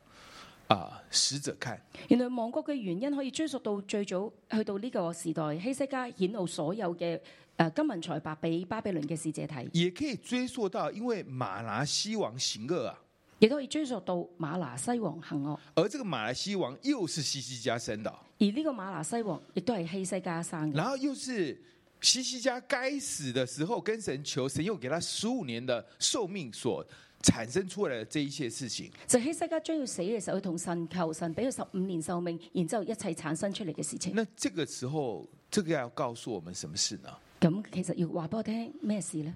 Speaker 2: 啊、使者看。
Speaker 3: 原來亡國嘅原因可以追溯到最早去到呢個時代，希西家顯露所有嘅誒金銀財帛俾巴比倫嘅使者睇，
Speaker 2: 也可以追溯到，因为马拿西王行恶啊，
Speaker 3: 亦都可以追溯到馬拿西王行惡，
Speaker 2: 而这个马拿西王又是西西家生的，哦
Speaker 3: 而呢個馬拿西王亦都係希西家生嘅。
Speaker 2: 然后又是西西家该死的时候跟神求，神又给他十五年的寿命所产生出来的这一切事情。
Speaker 3: 就希西家將要死嘅時候，佢同神求神俾佢十五年壽命，然之後一切產生出嚟嘅事情。
Speaker 2: 那这个时候，这个要告诉我们什么事呢？
Speaker 3: 咁其實要話俾我聽咩事呢？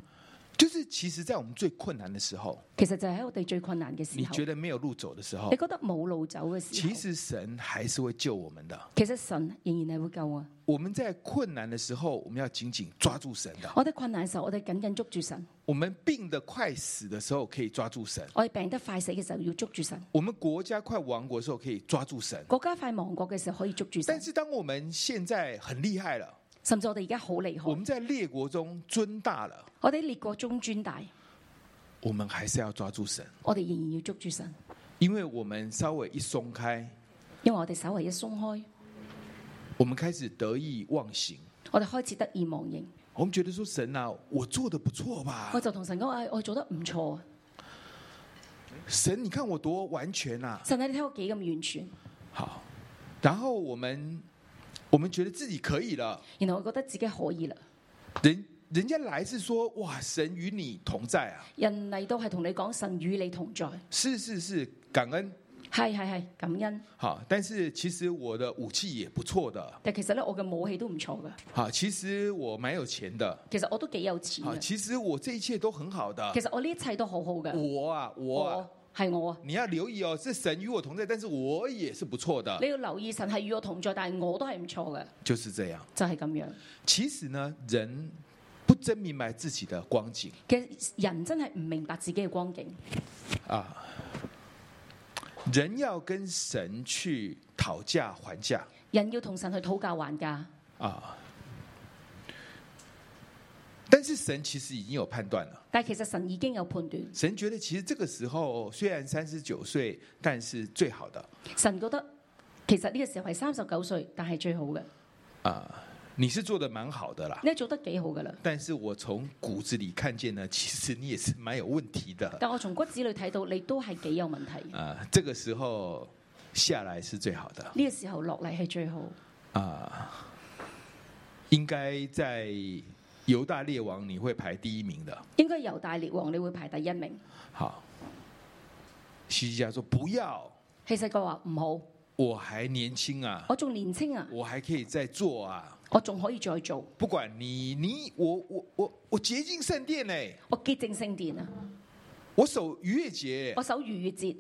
Speaker 2: 就是其实，在我们最困难的时候，
Speaker 3: 其實就係喺我哋最困難嘅時
Speaker 2: 你觉
Speaker 3: 候，
Speaker 2: 得没有路走的时候
Speaker 3: 你，覺得冇路走嘅時
Speaker 2: 其
Speaker 3: 候，
Speaker 2: 实神还是会救我们的。
Speaker 3: 其實神仍然係會救啊！
Speaker 2: 我们在困难的时候，我们要紧紧抓住神的；
Speaker 3: 我哋困難嘅時候，我哋緊緊捉住神。
Speaker 2: 我们病得快死的时候，可以抓住神；
Speaker 3: 我哋病得快死嘅時候要捉住神，
Speaker 2: 我们国家快亡国的时候，可以抓住神。
Speaker 3: 國家快亡國嘅時候可以捉住
Speaker 2: 但
Speaker 3: 神，
Speaker 2: 是，当我們现在很厉害了，
Speaker 3: 甚至我哋而家好厲
Speaker 2: 我
Speaker 3: 害，
Speaker 2: 们在列國中尊大了，
Speaker 3: 我哋喺列國中專大，
Speaker 2: 我们还是要抓住神，
Speaker 3: 我哋仍然要捉住神，
Speaker 2: 因为我们稍微一松开，
Speaker 3: 因為我哋稍為一鬆開，
Speaker 2: 我们开始得意忘形。
Speaker 3: 我哋開始得意忘形，
Speaker 2: 我们觉得说神啊，我做的不错吧
Speaker 3: 我？就同神講：，哎，我做得唔錯啊！
Speaker 2: 神，你看我多完全啊！
Speaker 3: 神啊，你睇我幾咁完全。
Speaker 2: 好，然后我们我们觉得自己可以了，
Speaker 3: 然後我覺得自己可以啦。
Speaker 2: 人人家来是说哇，神与你同在啊，
Speaker 3: 人嚟到係同你講，神與你同在，
Speaker 2: 是是是，感恩。
Speaker 3: 係係係感恩。
Speaker 2: 好，但是其实我的武器也不错的，
Speaker 3: 但其實咧，我嘅武器都唔錯噶。
Speaker 2: 好，其实我蛮有钱的，
Speaker 3: 其實我都幾有錢
Speaker 2: 好，
Speaker 3: 嘅。
Speaker 2: 其实我这一切都很好的
Speaker 3: 其。實我呢一切都好好嘅。
Speaker 2: 我啊，我啊
Speaker 3: 我係我啊！
Speaker 2: 你要留意哦，是神与我同在，但是我也是不错的
Speaker 3: 你，要留意，神係與我同在，但係我都係唔錯嘅，
Speaker 2: 就是这样。
Speaker 3: 就係咁樣。
Speaker 2: 其实呢，人不真明白自己的光景
Speaker 3: 其實人真係唔明白自己嘅光景，
Speaker 2: 啊，人要跟神去讨价还价
Speaker 3: 人要同神去討價還價。
Speaker 2: 啊。但是神其实已经有判断了，
Speaker 3: 但係其實神已經有判斷，
Speaker 2: 神觉得其实这个时候虽然三十九岁，但是最好的
Speaker 3: 神覺得其實呢個時候係三十九歲，但係最好嘅，
Speaker 2: 啊，你是做的蛮好的啦。
Speaker 3: 你做得幾好噶啦。
Speaker 2: 但是我从骨子里看见呢，其实你也是蛮有问题的。
Speaker 3: 但我從骨子裏睇到你都係幾有問題。呢、
Speaker 2: 啊、这个时候下来是最好的
Speaker 3: 個時候落嚟係最好。
Speaker 2: 啊、应该在犹大列王你会排第一名的。
Speaker 3: 應該猶大列王你會排第一名。
Speaker 2: 好，西西家说不要，
Speaker 3: 其實佢話唔好，
Speaker 2: 我还年轻啊，
Speaker 3: 我仲年青啊，
Speaker 2: 我还可以再做啊。
Speaker 3: 我仲可以再做，
Speaker 2: 不管你你我我我我洁净圣殿呢，
Speaker 3: 我潔淨聖殿啊，
Speaker 2: 我守逾越节
Speaker 3: 我，守逾越節，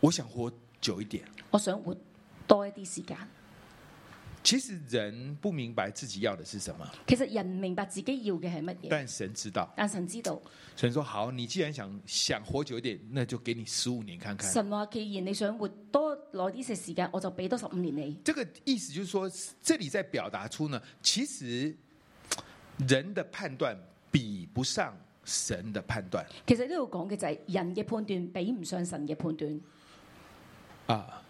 Speaker 2: 我想活久一点。
Speaker 3: 我想活多一啲時間。
Speaker 2: 其实人不明白自己要的是什么，
Speaker 3: 其實人唔明白自己要嘅係乜嘢，
Speaker 2: 但神知道。
Speaker 3: 但神知道，
Speaker 2: 神说：“好，你既然想想活久一点，那就给你十五年看看。”
Speaker 3: 神話既然你想活多耐啲嘅時間，我就俾多十五年你。
Speaker 2: 这个意思就是说，这里在表达出呢，其实人的判断比不上神的判断
Speaker 3: 其實呢度講嘅就係人嘅判斷比唔上神嘅判斷，
Speaker 2: 啊。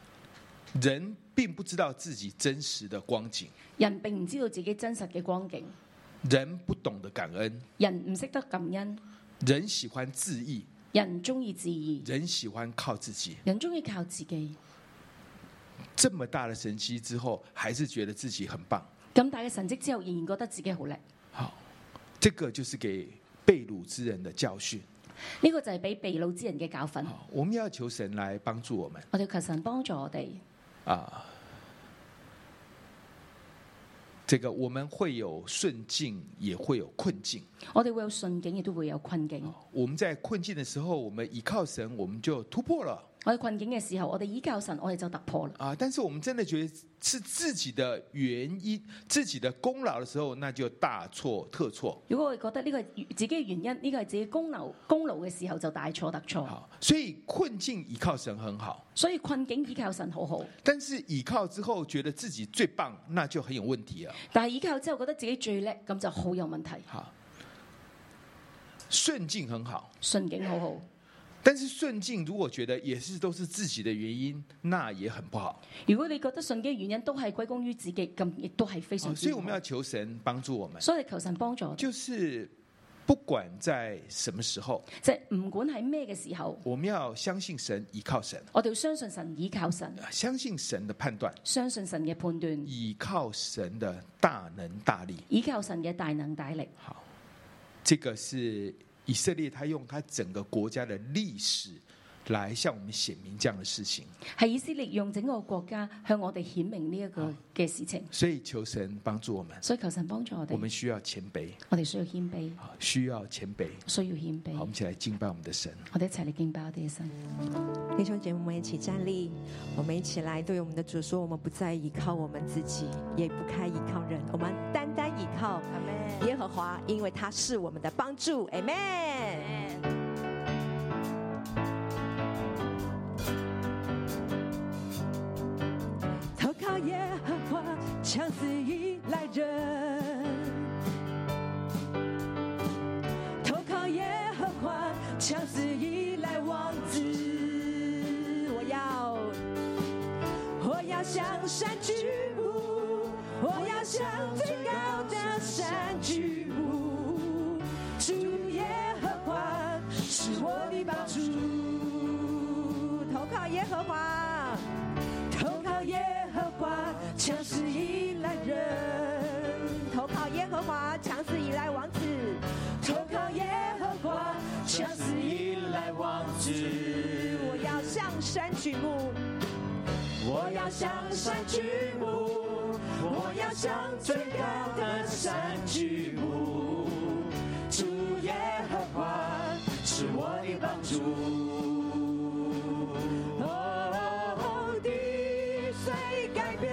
Speaker 2: 人并不知道自己真实的光景，
Speaker 3: 人並唔知道自己真實嘅光景，
Speaker 2: 人不懂得感恩，
Speaker 3: 人唔識得感恩，
Speaker 2: 人喜欢自意，
Speaker 3: 人中意自義，
Speaker 2: 人喜欢靠自己。
Speaker 3: 人中意靠自己。
Speaker 2: 这么大的神机之后，还是觉得自己很棒。
Speaker 3: 咁大嘅神蹟之後，仍然覺得自己好叻。
Speaker 2: 好，这个就是给被掳之人的教训。
Speaker 3: 呢個就係俾被掳之人嘅教訓。
Speaker 2: 好，我们要求神来帮助我们
Speaker 3: 我哋求神幫助我哋，
Speaker 2: 啊。这个我们会有顺境，也会有困境。
Speaker 3: 我哋會有順境，亦都會有困境。
Speaker 2: 我们在困境的时候，我们依靠神，我们就突破了
Speaker 3: 我哋困境嘅時候，我哋依靠神，我哋就突破啦。
Speaker 2: 啊。但是我们真的觉得是自己的原因、自己的功劳的时候，那就大错特错。
Speaker 3: 如果我哋覺得呢個係自己嘅原因，呢、個係自己功勞功勞嘅時候，就大錯特錯。
Speaker 2: 好，啊所以困境依靠神很好，
Speaker 3: 所以困境依靠神好好，
Speaker 2: 但是依靠之后觉得自己最棒，那就很有问题了。
Speaker 3: 但係依靠之後覺得自己最叻，咁就好有問題。
Speaker 2: 好，顺境很好。
Speaker 3: 順境好好，
Speaker 2: 但是顺境如果觉得也是都是自己的原因，那也很不好。
Speaker 3: 如果你覺得順境嘅原因都係歸功於自己，咁亦都係非常
Speaker 2: 哦所
Speaker 3: 之
Speaker 2: 以
Speaker 3: 唔
Speaker 2: 我
Speaker 3: 好
Speaker 2: 们要求神帮助我们，
Speaker 3: 所以求神幫助我哋，
Speaker 2: 就是不管在什么时候，
Speaker 3: 即係唔管喺咩嘅時候，
Speaker 2: 我们要相信神，依靠神，
Speaker 3: 我哋要相信神，依靠神，
Speaker 2: 相信神的判断，
Speaker 3: 相信神嘅判斷。
Speaker 2: 依靠神的大能大力。
Speaker 3: 依靠神嘅大能大力，
Speaker 2: 好，这个是以色列，他用他整个国家的历史来向我们显明这样的事情，
Speaker 3: 係以色列用整個國家向我哋顯明呢一
Speaker 2: 啊
Speaker 3: 個嘅事情，
Speaker 2: 所以求神帮助我们，
Speaker 3: 所以求神幫助我
Speaker 2: 我
Speaker 3: 哋
Speaker 2: 们。需要谦卑，
Speaker 3: 我哋需要謙卑，
Speaker 2: 好需要谦卑。
Speaker 3: 需要謙
Speaker 2: 好，我
Speaker 3: 卑
Speaker 2: 们。一起来敬拜我们的神。
Speaker 3: 我哋一齊嚟敬拜我哋嘅神。
Speaker 4: 弟兄姐妹，我们一起站立，我们一起来对我们的主说：我们不再依靠我们自己，也不该依靠人，我们单单依靠耶和华，因为他是我们的帮助。Amen。投靠耶和华，强似依赖人。投靠耶和华，强似依赖王子。我要山巨木，我要向最高的山巨木。主耶和华是我的帮助，投靠耶和华，投靠耶和华，强势依赖人，投靠耶和华，强势依赖王子，投靠耶和华，强势依赖王子。我要向山举目。我要向山举目，我要向最高的山举目。主耶和华是我的帮助。哦，地虽改变，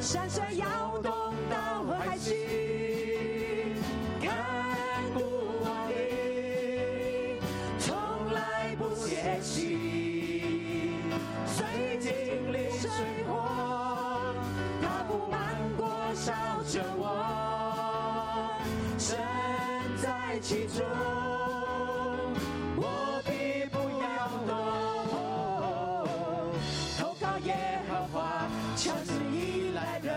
Speaker 4: 山水摇动到我海心。看顾我的，从来不歇息。虽经历水火，它不漫过烧着我，身在其中。我必不摇动。投靠耶和华，强势依赖人。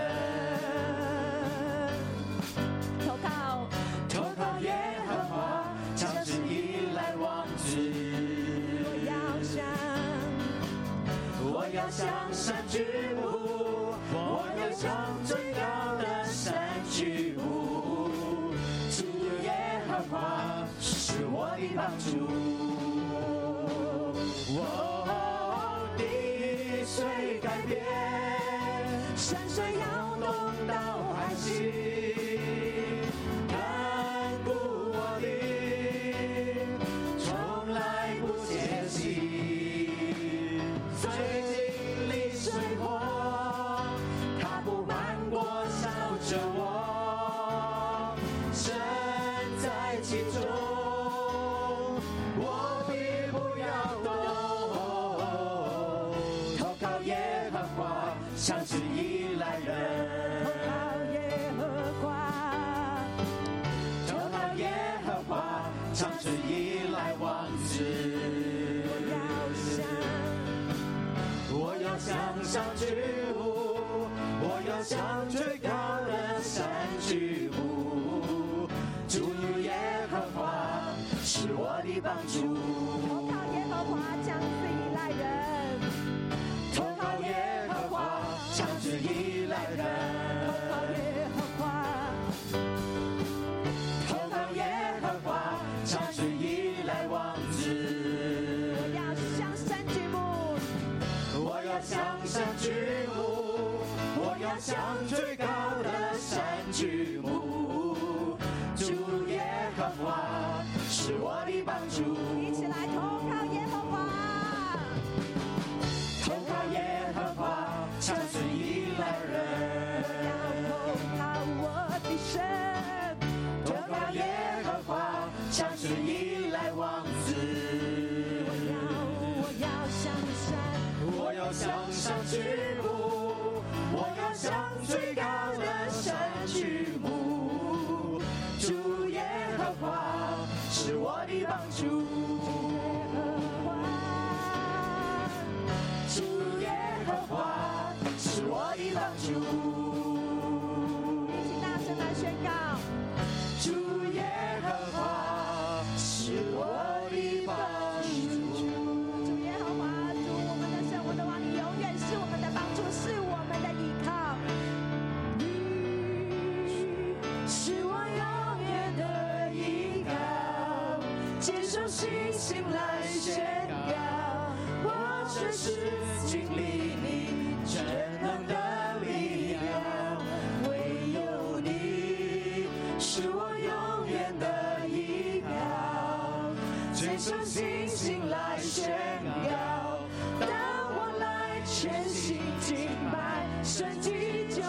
Speaker 4: 投靠，投靠耶和华，强势依赖王子。我要向，我要向山举目，我要向最高的山举目。主耶和华是我的帮助。我的水改变，山水摇动到海心。看顾我的，从来不歇息。虽经历水火，它不漫过烧着我，身在其中，我必不摇动。投靠耶和华，相信依赖人。投靠耶和华。投靠耶和华，长存依赖王子。我要向，我要向上去舞，我要向最高的山去舞。主耶和华是我的帮助。投靠耶和华，长存依赖人。投靠耶和华，长存依赖人。投靠耶和华。投靠耶和华，常是依赖王子。我要向山举目，我要向山举目，我要向最高的山举目。主耶和华是我的帮助。一起来投靠耶和华，投靠耶和华，常是依赖人。我要投靠我的神。投靠耶和华，像是依赖王子。我要，我要向山，我要向上去目，我要向最高的山去目。主耶和华是我的帮助。主耶和华是我的帮助。一起大声来宣告。主耶和华是我的帮助。主耶和华，主我们的神，我的王，你永远是我们的帮助，是我们的依靠。你是我永远的依靠，接受信心来宣告，我确实经历你全能的力量，唯有你是我永远的依靠，接受信心来宣告，当我来全心敬拜，神迹就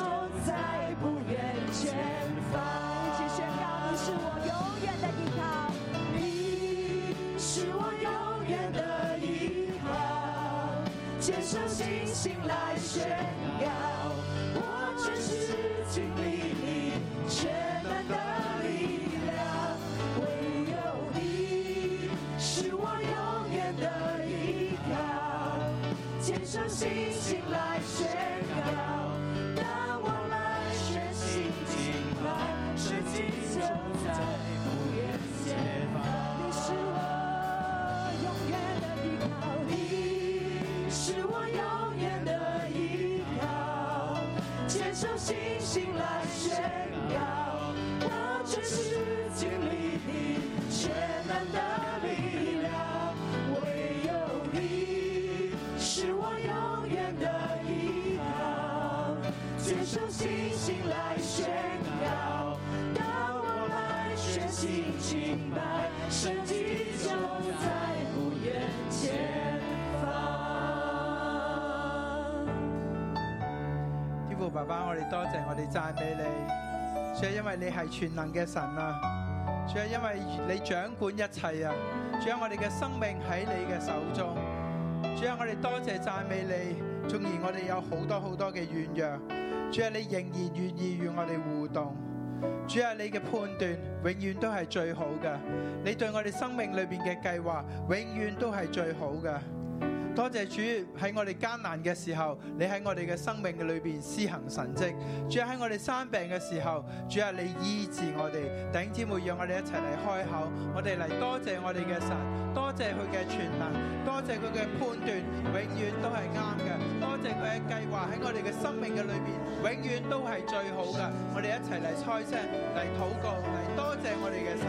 Speaker 4: 在不远前方。一起宣告，你是我永远的依靠，你是我永远的依靠，接受信心来宣告，我真实经历你全能的力量，唯有你是我永远的依靠，接受信心来宣让我来学习敬拜，神迹就在不远前方。你是我永远的依靠，你是我永远的依靠，接受信心来宣告，我真实经历你全能的力量，唯有你是我永远的依靠。接受信心来宣告，让我来学习敬拜，神迹就在不远前方。
Speaker 5: 天父爸爸，我哋多謝，我哋讚美你。主啊，因為你係全能嘅神啊！主啊，因為你掌管一切啊！主啊，我哋嘅生命喺你嘅手中。主啊，我哋多謝讚美你。縱然我哋有好多好多嘅軟弱，主啊，你仍然願意與我哋互動。主啊，你嘅判斷永遠都係最好嘅，你對我哋生命裏邊嘅計劃永遠都係最好嘅。多謝主喺我哋艱難嘅時候，你喺我哋嘅生命嘅裏邊施行神蹟。主啊喺我哋生病嘅時候，主啊你醫治我哋。弟兄姊妹，讓我哋一齊嚟開口，我哋嚟多謝我哋嘅神，多謝佢嘅全能，多謝佢嘅判斷，永遠都係啱嘅。多謝佢嘅計劃喺我哋嘅生命嘅裏邊，永遠都係最好嘅。我哋一齊嚟開聲，嚟禱告，嚟多謝我哋嘅神。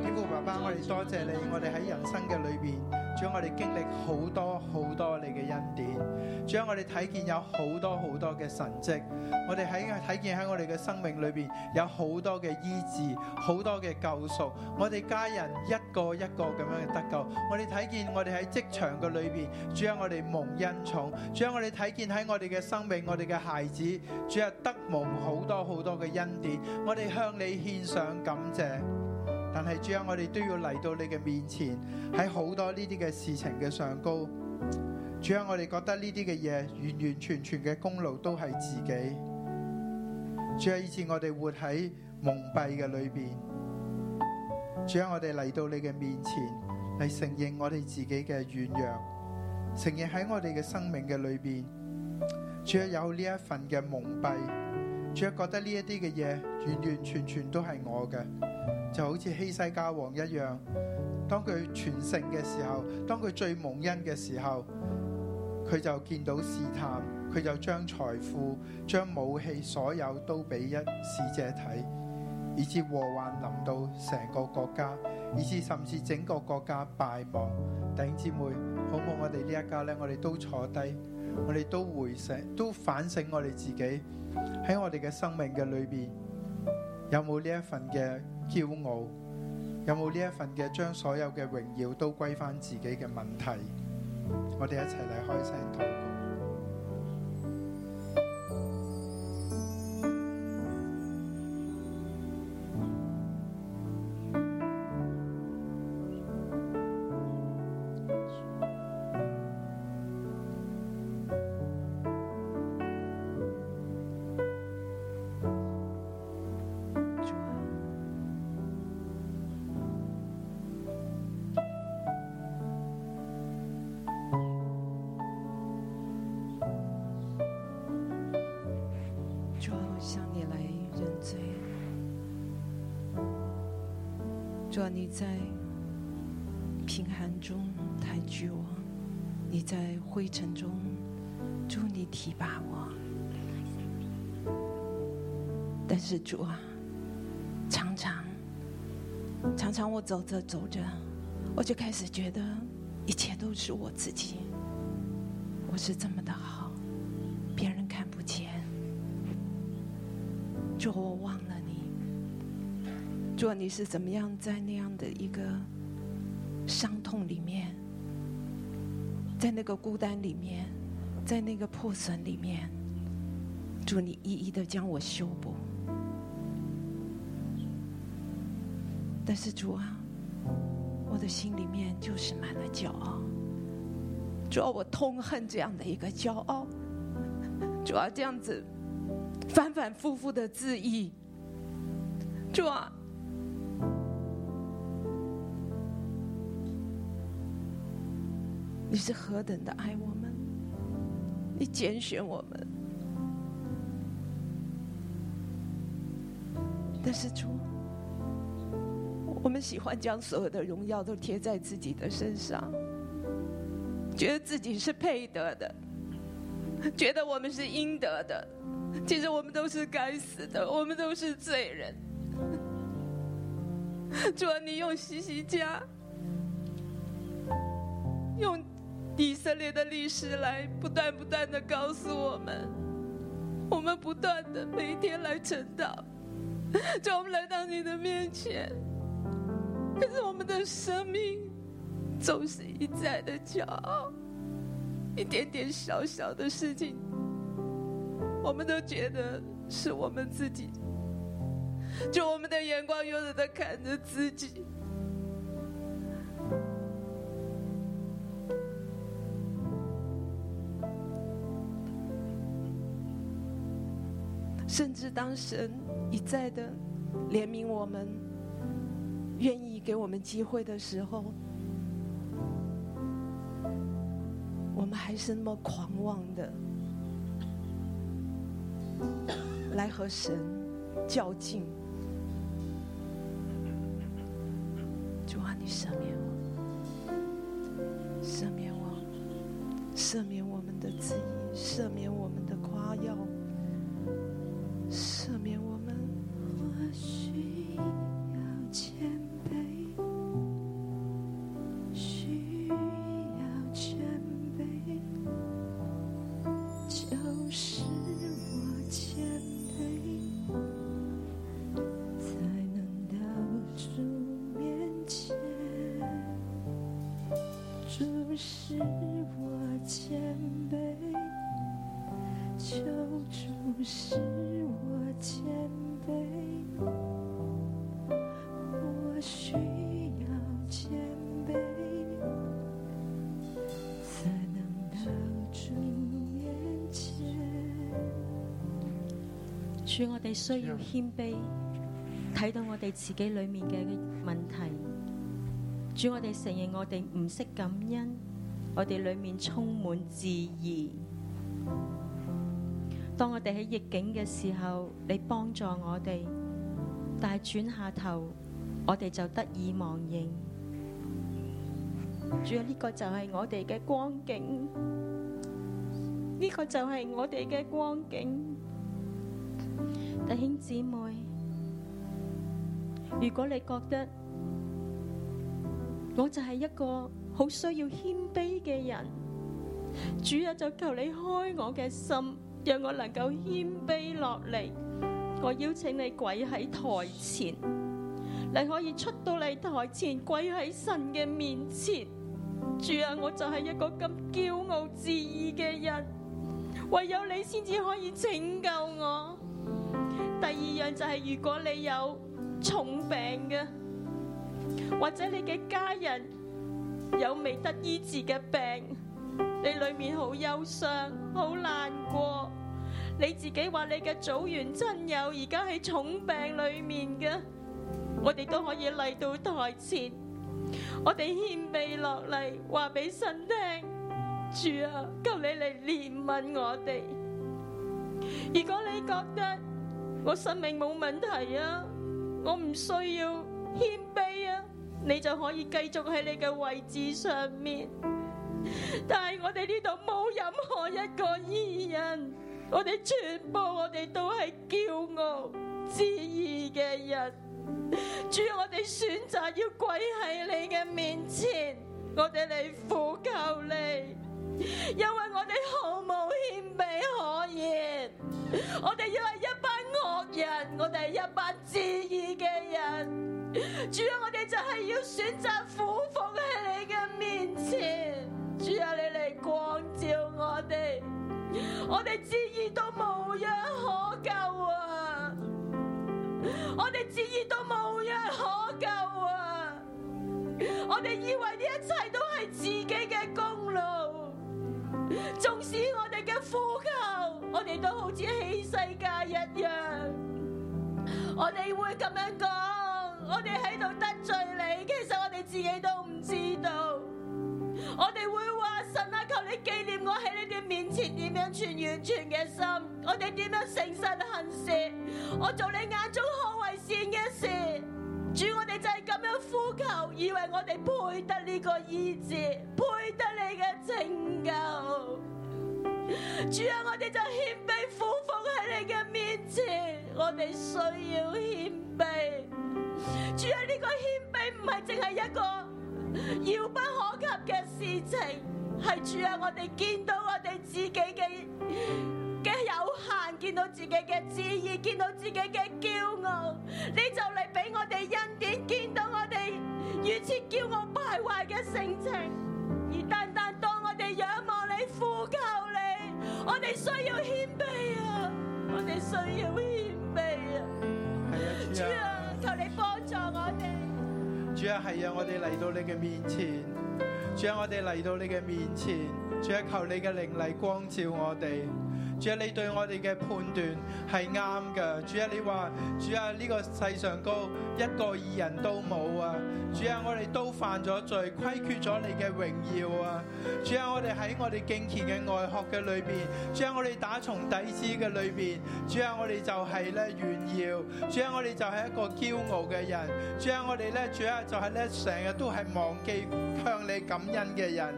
Speaker 5: 天父爸爸，我哋多謝你，我哋喺人生嘅裏邊，將我哋經歷好多好多你嘅恩典，將我哋睇見有好多好多嘅神蹟，我哋喺睇見喺我哋嘅生命裏邊有好多嘅醫治，好多嘅救贖，我哋家人一個一個咁樣嘅得救，我哋睇見我哋喺職場嘅裏邊，主啊，我哋蒙恩寵，主啊，我哋睇見喺我哋嘅生命，我哋嘅孩子，主啊，得蒙好多好多嘅恩典，我哋向你獻上感謝。但係主啊，我哋都要嚟到你嘅面前，喺好多呢啲嘅事情嘅上高。主啊，我哋覺得呢啲嘅嘢完完全全嘅功勞都係自己。主啊，以致我哋活喺蒙蔽嘅裏邊。主啊，我哋嚟到你嘅面前，嚟承認我哋自己嘅軟弱，承認喺我哋嘅生命嘅裏邊，主啊有呢一份嘅蒙蔽，主啊覺得呢一啲嘅嘢完完全全都係我嘅。就好似希西家王一樣，當佢全盛嘅時候，當佢最蒙恩嘅時候，佢就見到試探，佢就將財富、將武器，所有都俾一使者睇，以致禍患臨到成個國家，以致甚至整個國家敗亡。弟兄姊妹，好冇？我哋呢一家呢，我哋都坐低，我哋都回醒，都反省我哋自己喺我哋嘅生命嘅裏邊。有冇呢一份嘅驕傲？有冇呢一份嘅將所有嘅榮耀都歸翻自己嘅問題？我哋一齊嚟開聲禱告。
Speaker 4: 主啊，我向你来认罪。主啊，你在贫寒中抬举我，你在灰尘中，主你提拔我。但是主啊，常常，常常我走着走着，我就开始觉得一切都是我自己，我是这么的好，别人看不见。主，我忘了你。主，你是怎么样在那样的一个伤痛里面，在那个孤单里面，在那个破损里面，主，你一一的将我修补。但是主啊，我的心里面就是满了骄傲。主啊，我痛恨这样的一个骄傲。主啊，这样子
Speaker 6: 反反复复的质疑。主啊，你是何等的爱我们，你拣选我们，但是主，我们喜欢将所有的荣耀都贴在自己的身上，觉得自己是配得的，觉得我们是应得的。其实我们都是该死的，我们都是罪人。 主啊，你用西西家，用以色列的历史来不断不断的告诉我们，我们不断的每一天来晨祷，主啊，我们来到你的面前，可是我们的生命总是一再的骄傲，一点点小小的事情我们都觉得是我们自己，就我们的眼光永远的看着自己。甚至当神一再的怜悯我们，愿意给我们机会的时候，我们还是那么狂妄的。来和神较劲。主啊，你赦免我，赦免我，赦免我们的质疑，赦免我们的夸耀，赦免我们。
Speaker 7: 我需要谦卑，需要谦卑，就是我谦卑，才能到主面前。主使我谦卑，求主使我谦卑。我需要谦卑，才能到主面前。
Speaker 8: 主，我哋需要谦卑，睇到我哋自己里面嘅問題。主，我哋承認我哋唔識感恩，我哋里面充滿自義。當我哋喺逆境嘅時候，你幫助我哋，但係轉下頭，我哋就得意忘形。主啊，呢、個就係我哋嘅光景，呢、個就係我哋嘅光景。弟兄姊妹，如果你覺得我就係一個好需要謙卑嘅人，主啊，就求你開我嘅心，讓我能夠謙卑落嚟。我邀請你跪喺台前，你可以出到嚟台前，跪喺神嘅面前。主啊，我就係一個咁驕傲自義嘅人，唯有你先至可以拯救我。第二樣就係如果你有重病嘅，或者你嘅家人有未得醫治嘅病，你裏面好憂傷、好難過，你自己話你嘅組員親友而家喺重病裏面嘅，我哋都可以嚟到台前，我哋謙卑落嚟，話俾神聽，主啊，求你嚟憐憫我哋。如果你覺得，我生命冇問題啊，我唔需要謙卑啊，你就可以繼續喺你嘅位置上面。但係我哋呢度冇任何一個義人，我哋全部我哋都係驕傲自義嘅人。主，我哋選擇要跪喺你嘅面前，我哋嚟苦求你，因為我哋毫無謙卑可言。我哋要係一班惡人，我哋係一班自義嘅人。 主啊，我哋就係要選擇俯伏喺你嘅面前。主啊，你嚟光照我哋，我哋自義到無藥可救啊！我哋自義到無藥可救啊！我哋以為呢一切都係自己嘅功勞。縱使我哋嘅呼求，我哋哋都好似希世界一樣，我哋會咁樣講，我哋喺度得罪你，其實我哋自己都唔知道。我哋會話神啊，求你紀念我喺你哋面前點樣存完全嘅心，我哋點樣誠實行事，我做你眼中看為善嘅事。主，我哋就係咁樣呼求，以為我哋配得呢個醫治，配得你嘅拯救。主啊，我哋就謙卑俯伏喺你嘅面前，我哋需要謙卑。主啊，呢、個謙卑唔係淨係一個遙不可及嘅事情，係主啊，我哋見到我哋自己嘅嘅有限，見到自己嘅旨意，見到自己嘅驕傲，你就嚟俾我哋恩典，見到我哋如此驕傲敗壞嘅性情。而單單當我哋仰望你、呼求你，我哋需要謙卑啊！我哋需要謙卑啊！
Speaker 5: 系
Speaker 8: 主
Speaker 5: 啊，主啊。
Speaker 8: 啊，求你幫助我哋。
Speaker 5: 主啊，系啊，我哋嚟到你嘅面前，主啊，我哋嚟到你嘅面前，主啊，求你嘅靈嚟光照我哋。主啊，你對我哋嘅判斷係啱嘅。主啊，你話，主啊，呢、個世上高一個義人都冇啊。主啊，我哋都犯咗罪，虧缺咗你嘅榮耀啊。主啊，我哋喺我哋敬虔嘅外殼嘅裏邊，主啊，我哋打從底子嘅裏邊，主啊，我哋就係咧炫耀，主啊，我哋就係一個驕傲嘅人，主啊，我哋咧，主啊，就係咧成日都係忘記向你感恩嘅人，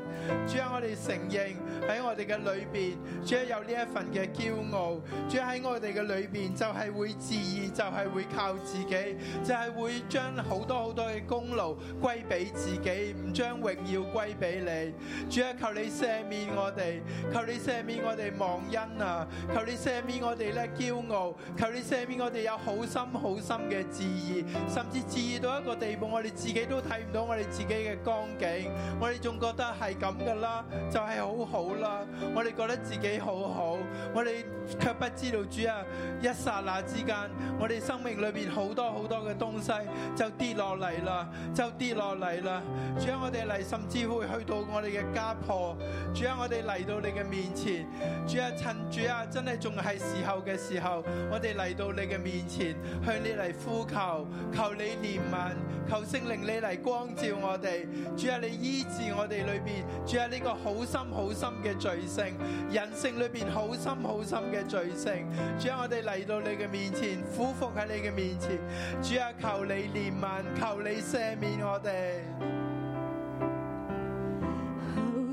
Speaker 5: 主啊，我哋承認喺我哋嘅裏邊，主啊，有呢一份嘅驕傲，主啊，喺我哋嘅裏邊就係會自義，就係會靠自己，就係會將好多好多嘅功勞歸俾自己，唔將榮耀歸俾你。主啊，求你赦免我哋，求你赦免我哋忘恩啊，求你赦免我哋咧驕傲，求你赦免我哋有好心好心嘅自義，甚至自義到一個地步，我哋自己都睇唔到我哋自己嘅光景，我哋仲覺得係咁噶啦，就係、好好啦，我哋覺得自己好好，我哋卻不知道主啊，一剎那之間，我哋生命裏邊好多好多嘅東西就跌落嚟啦，就跌落嚟啦。主啊，我哋嚟，甚至會去到我哋嘅家破。主啊，我哋嚟到你嘅面前。主啊，趁主啊，真係仲係時候嘅時候，我哋嚟到你嘅面前，向你嚟呼求，求你憐憫，求聖靈你嚟光照我哋。主啊，你醫治我哋裏邊。主啊，呢個好心好心嘅罪性，人性裏邊好心好心嘅罪性。主啊，我哋嚟到你嘅面前，俯伏喺你嘅面前。主啊，求你憐憫，求你赦免我哋。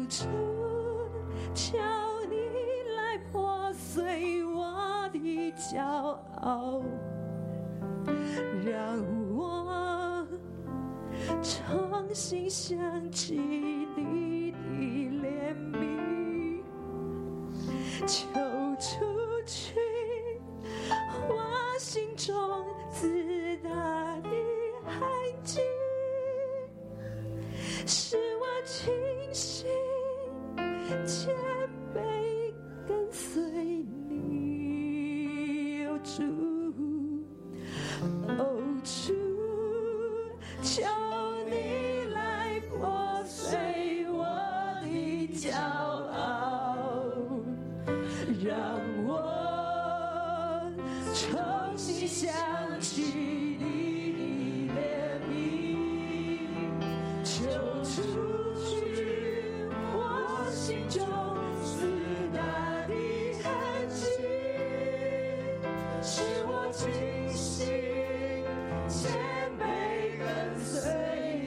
Speaker 4: 主，求你来破碎我的骄傲，让我重新想起你的怜悯。求除去我心中自大的痕迹。使我清醒，谦卑跟随你，哦主，哦主，求你来破碎我的骄傲，让我重新想起你的怜悯。求除去我心中自大的痕迹，使我清醒，谦卑跟随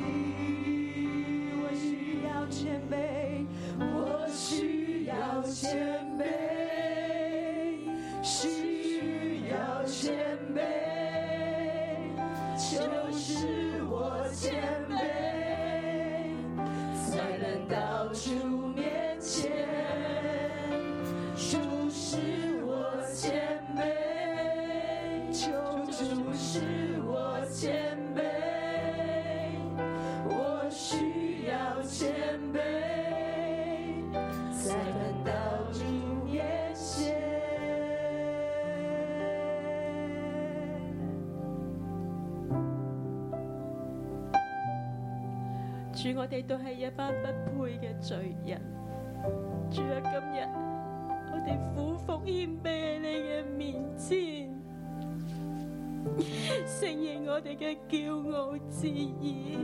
Speaker 4: 你。我需要谦卑，我需要谦卑，需要谦卑。就是我谦卑，才能到主面前。主是我谦卑，求主是我谦卑，我需要谦卑，才能到主面前。
Speaker 8: 主，我哋都係一班不配嘅罪人。主啊，今日我哋俯伏谦卑喺你嘅面前，承認我哋嘅驕傲自義。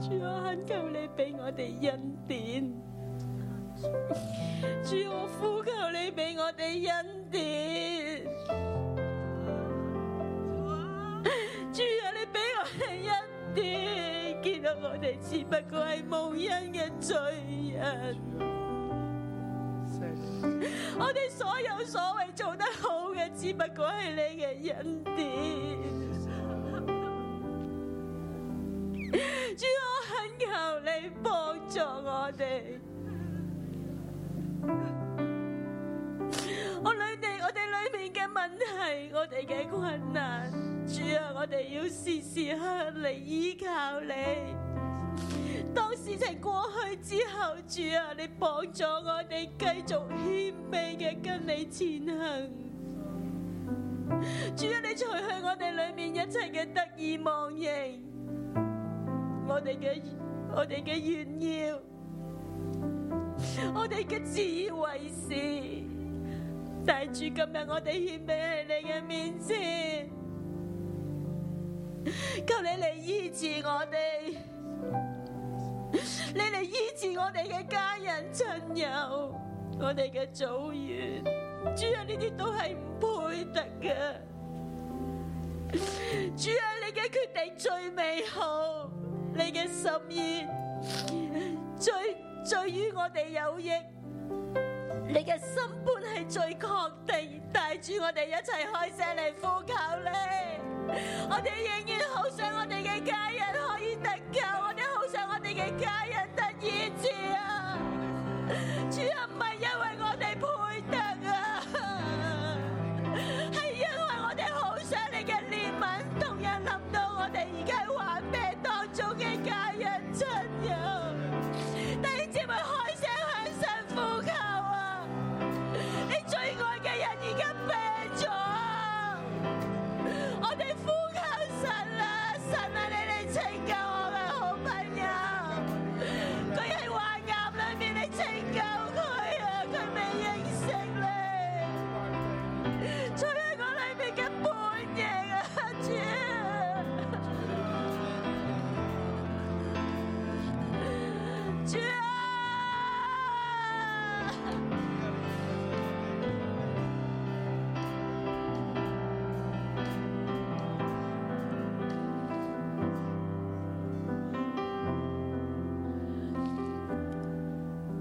Speaker 8: 主，我恳求你俾我哋恩典。主，我呼求你俾我哋恩典。主啊，你俾我哋恩典，見到我哋只不過係無恩嘅罪人。我哋所有所謂做得好嘅，只不過係你嘅恩典。主，我懇求你幫助我哋。我裏地，我哋裏面嘅問題，我哋嘅困難，主啊，我哋要時時刻刻嚟依靠你。當事情過去之後，主啊，你幫助我哋繼續謙卑嘅跟你前行。主啊，你除去我哋裏面一切嘅得意忘形，我哋嘅我哋嘅炫耀，我哋嘅自以為是。帶住今日我哋獻俾喺你嘅面前，求你嚟醫治我哋，你嚟醫治我哋嘅家人親友，我哋嘅組員，主啊，呢啲都係唔配得嘅。主啊，你嘅決定最美好，你嘅心意最最於我哋有益。你嘅心本係最確定，帶住我哋一齊開聲嚟呼求你。我哋仍然好想我哋嘅家人可以得救，我哋好想我哋嘅家人得醫治啊！主啊，唔係因為我哋配得啊，係因為我哋好想你嘅憐憫，同樣諗到我哋而家喺患病當中嘅家人親友。弟兄姊妹開聲向神呼求啊！你最愛嘅人而家病咗，我哋呼求神啊！神啊，你嚟拯救我嘅好朋友，佢喺患癌裏面，你拯救佢啊！佢未認識你，除去我裏面嘅叛逆啊，主啊，主啊！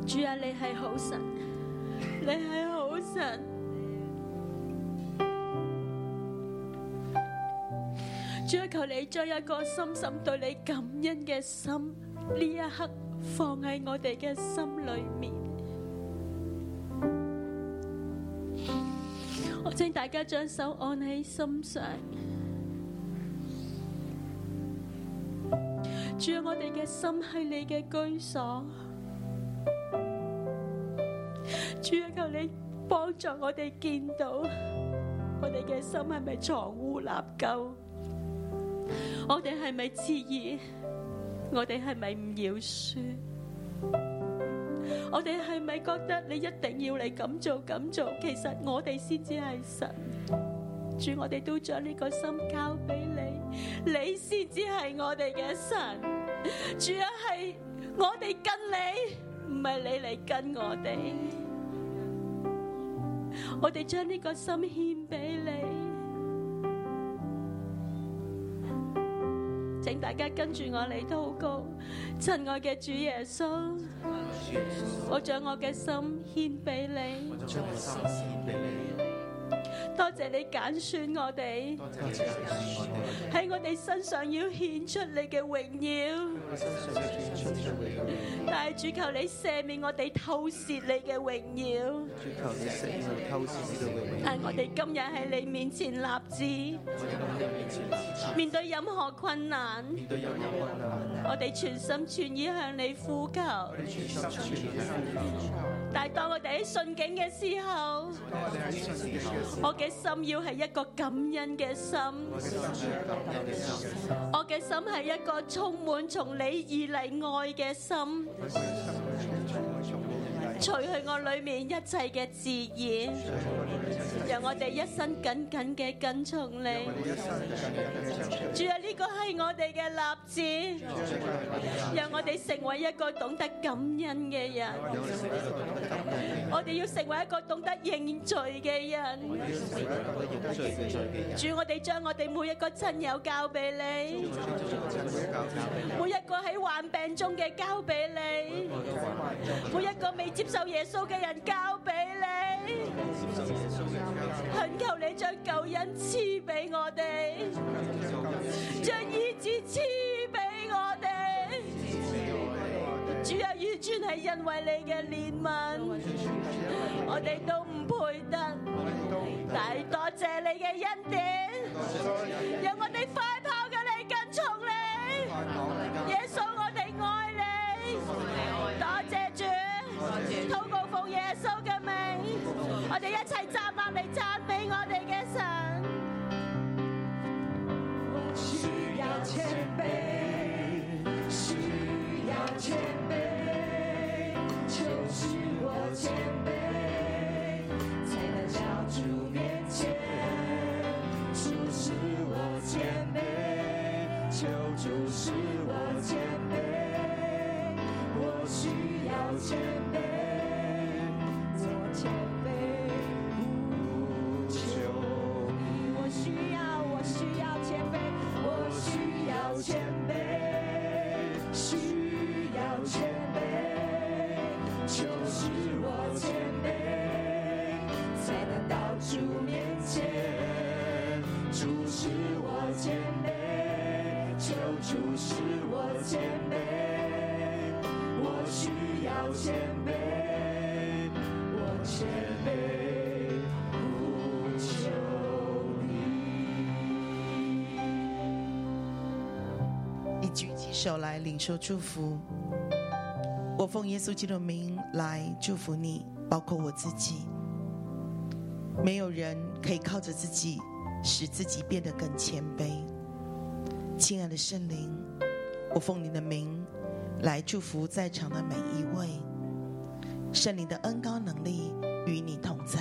Speaker 8: 主啊，你系好神，你系好神。主啊，求你将一个深深对你感恩嘅心，呢一刻放喺我哋嘅心里面。我请大家将手按喺心上。主啊，我哋嘅心系你嘅居所。主啊，求你帮助我哋见到我哋嘅心系咪藏污纳垢，我哋系咪自意，我哋系咪唔饶恕，我哋系咪觉得你一定要嚟咁做咁做？其实我哋先至系神。主，我哋都将呢个心交俾你，你先至系我哋嘅神。主啊，系我哋跟你，唔系你嚟跟我哋。我哋将呢个心献俾你，请大家跟住我嚟祷告。亲爱嘅主耶稣，我将我嘅心献俾你。多谢你拣选我哋，喺我哋身上要显出你嘅荣耀。但系主求你赦免我哋透视你嘅荣耀。但我哋今日喺你面前立志，面對任何困難，我哋全心全意向你呼求。但係當我哋喺順境嘅時候，我嘅心要係一個感恩嘅心，我嘅心係一個充滿從你而嚟愛嘅心。除去我里面一切嘅自意，让我哋一生紧紧嘅跟从你。主啊，呢个系我哋嘅立志，让我哋成为一个懂得感恩嘅人。我哋要成为一个懂得认罪嘅人。主，我哋将我哋每一个亲友交俾你，每一个喺患病中嘅交俾你。每一个未接受耶稣嘅人交俾你，恳求你将救恩赐俾我哋，将医治赐俾我哋。主啊，完全系因为你嘅怜悯，我哋都唔配得，但系多谢你嘅恩典，让我哋快跑嘅你跟从你，耶稣我哋爱你，多谢主，祷告奉耶稣嘅名，我哋一齐站立嚟赞美我哋嘅神。
Speaker 7: 需要谦卑，需要谦卑，求使我谦卑，才能到主面前。主使我谦卑，求主使我谦卑，我需要谦卑，我谦卑，求你。我需要，我需要谦卑，我需要谦卑，需要谦卑，求使我谦卑，才能到主面前。主使我谦卑，求主使我谦卑，我需要谦卑，我谦卑，呼求
Speaker 9: 你举起手来领受祝福。我奉耶稣基督的名来祝福你，包括我自己。没有人可以靠着自己使自己变得更谦卑。亲爱的圣灵，我奉你的名来祝福在场的每一位。圣灵的恩高能力与你同在。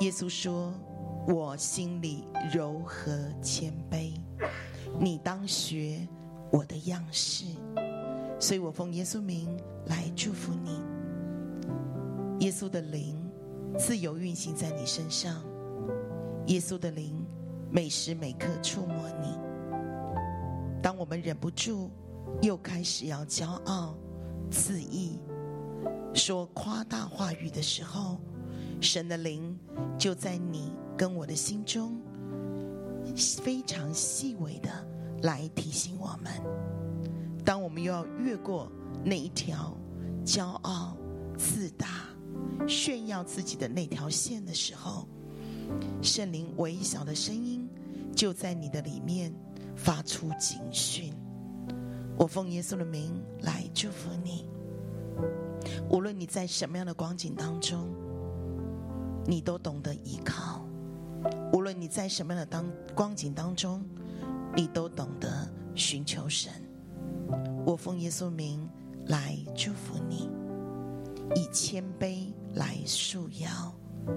Speaker 9: 耶稣说：“我心里柔和谦卑。”你当学我的样式。所以我奉耶稣名来祝福你。耶稣的灵自由运行在你身上，耶稣的灵每时每刻触摸你。当我们忍不住又开始要骄傲、自意、说夸大话语的时候，神的灵就在你跟我的心中非常细微的来提醒我们：当我们又要越过那一条骄傲、自大、炫耀自己的那条线的时候，圣灵微小的声音就在你的里面发出警讯。我奉耶稣的名来祝福你，无论你在什么样的光景当中，你都懂得依靠。无论你在什么样的当光景当中，你都懂得寻求神。我奉耶稣名来祝福你，以谦卑来束腰。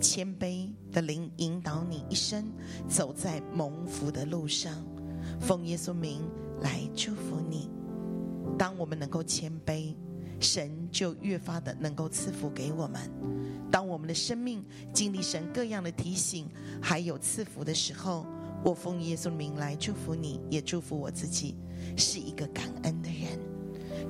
Speaker 9: 谦卑的灵引导你一生走在蒙福的路上。奉耶稣名来祝福你。当我们能够谦卑，神就越发的能够赐福给我们。当我们的生命经历神各样的提醒，还有赐福的时候，我奉耶稣的名来祝福你，也祝福我自己，是一个感恩的人。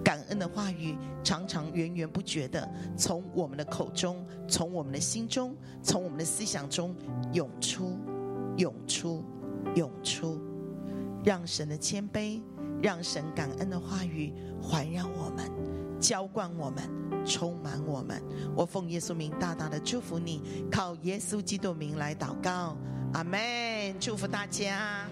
Speaker 9: 感恩的话语常常源源不绝的从我们的口中、从我们的心中、从我们的思想中涌出、涌出、涌出，让神的谦卑、让神感恩的话语环绕我们。浇灌我们，充满我们。我奉耶稣名大大的祝福你，靠耶稣基督名来祷告，阿门。祝福大家。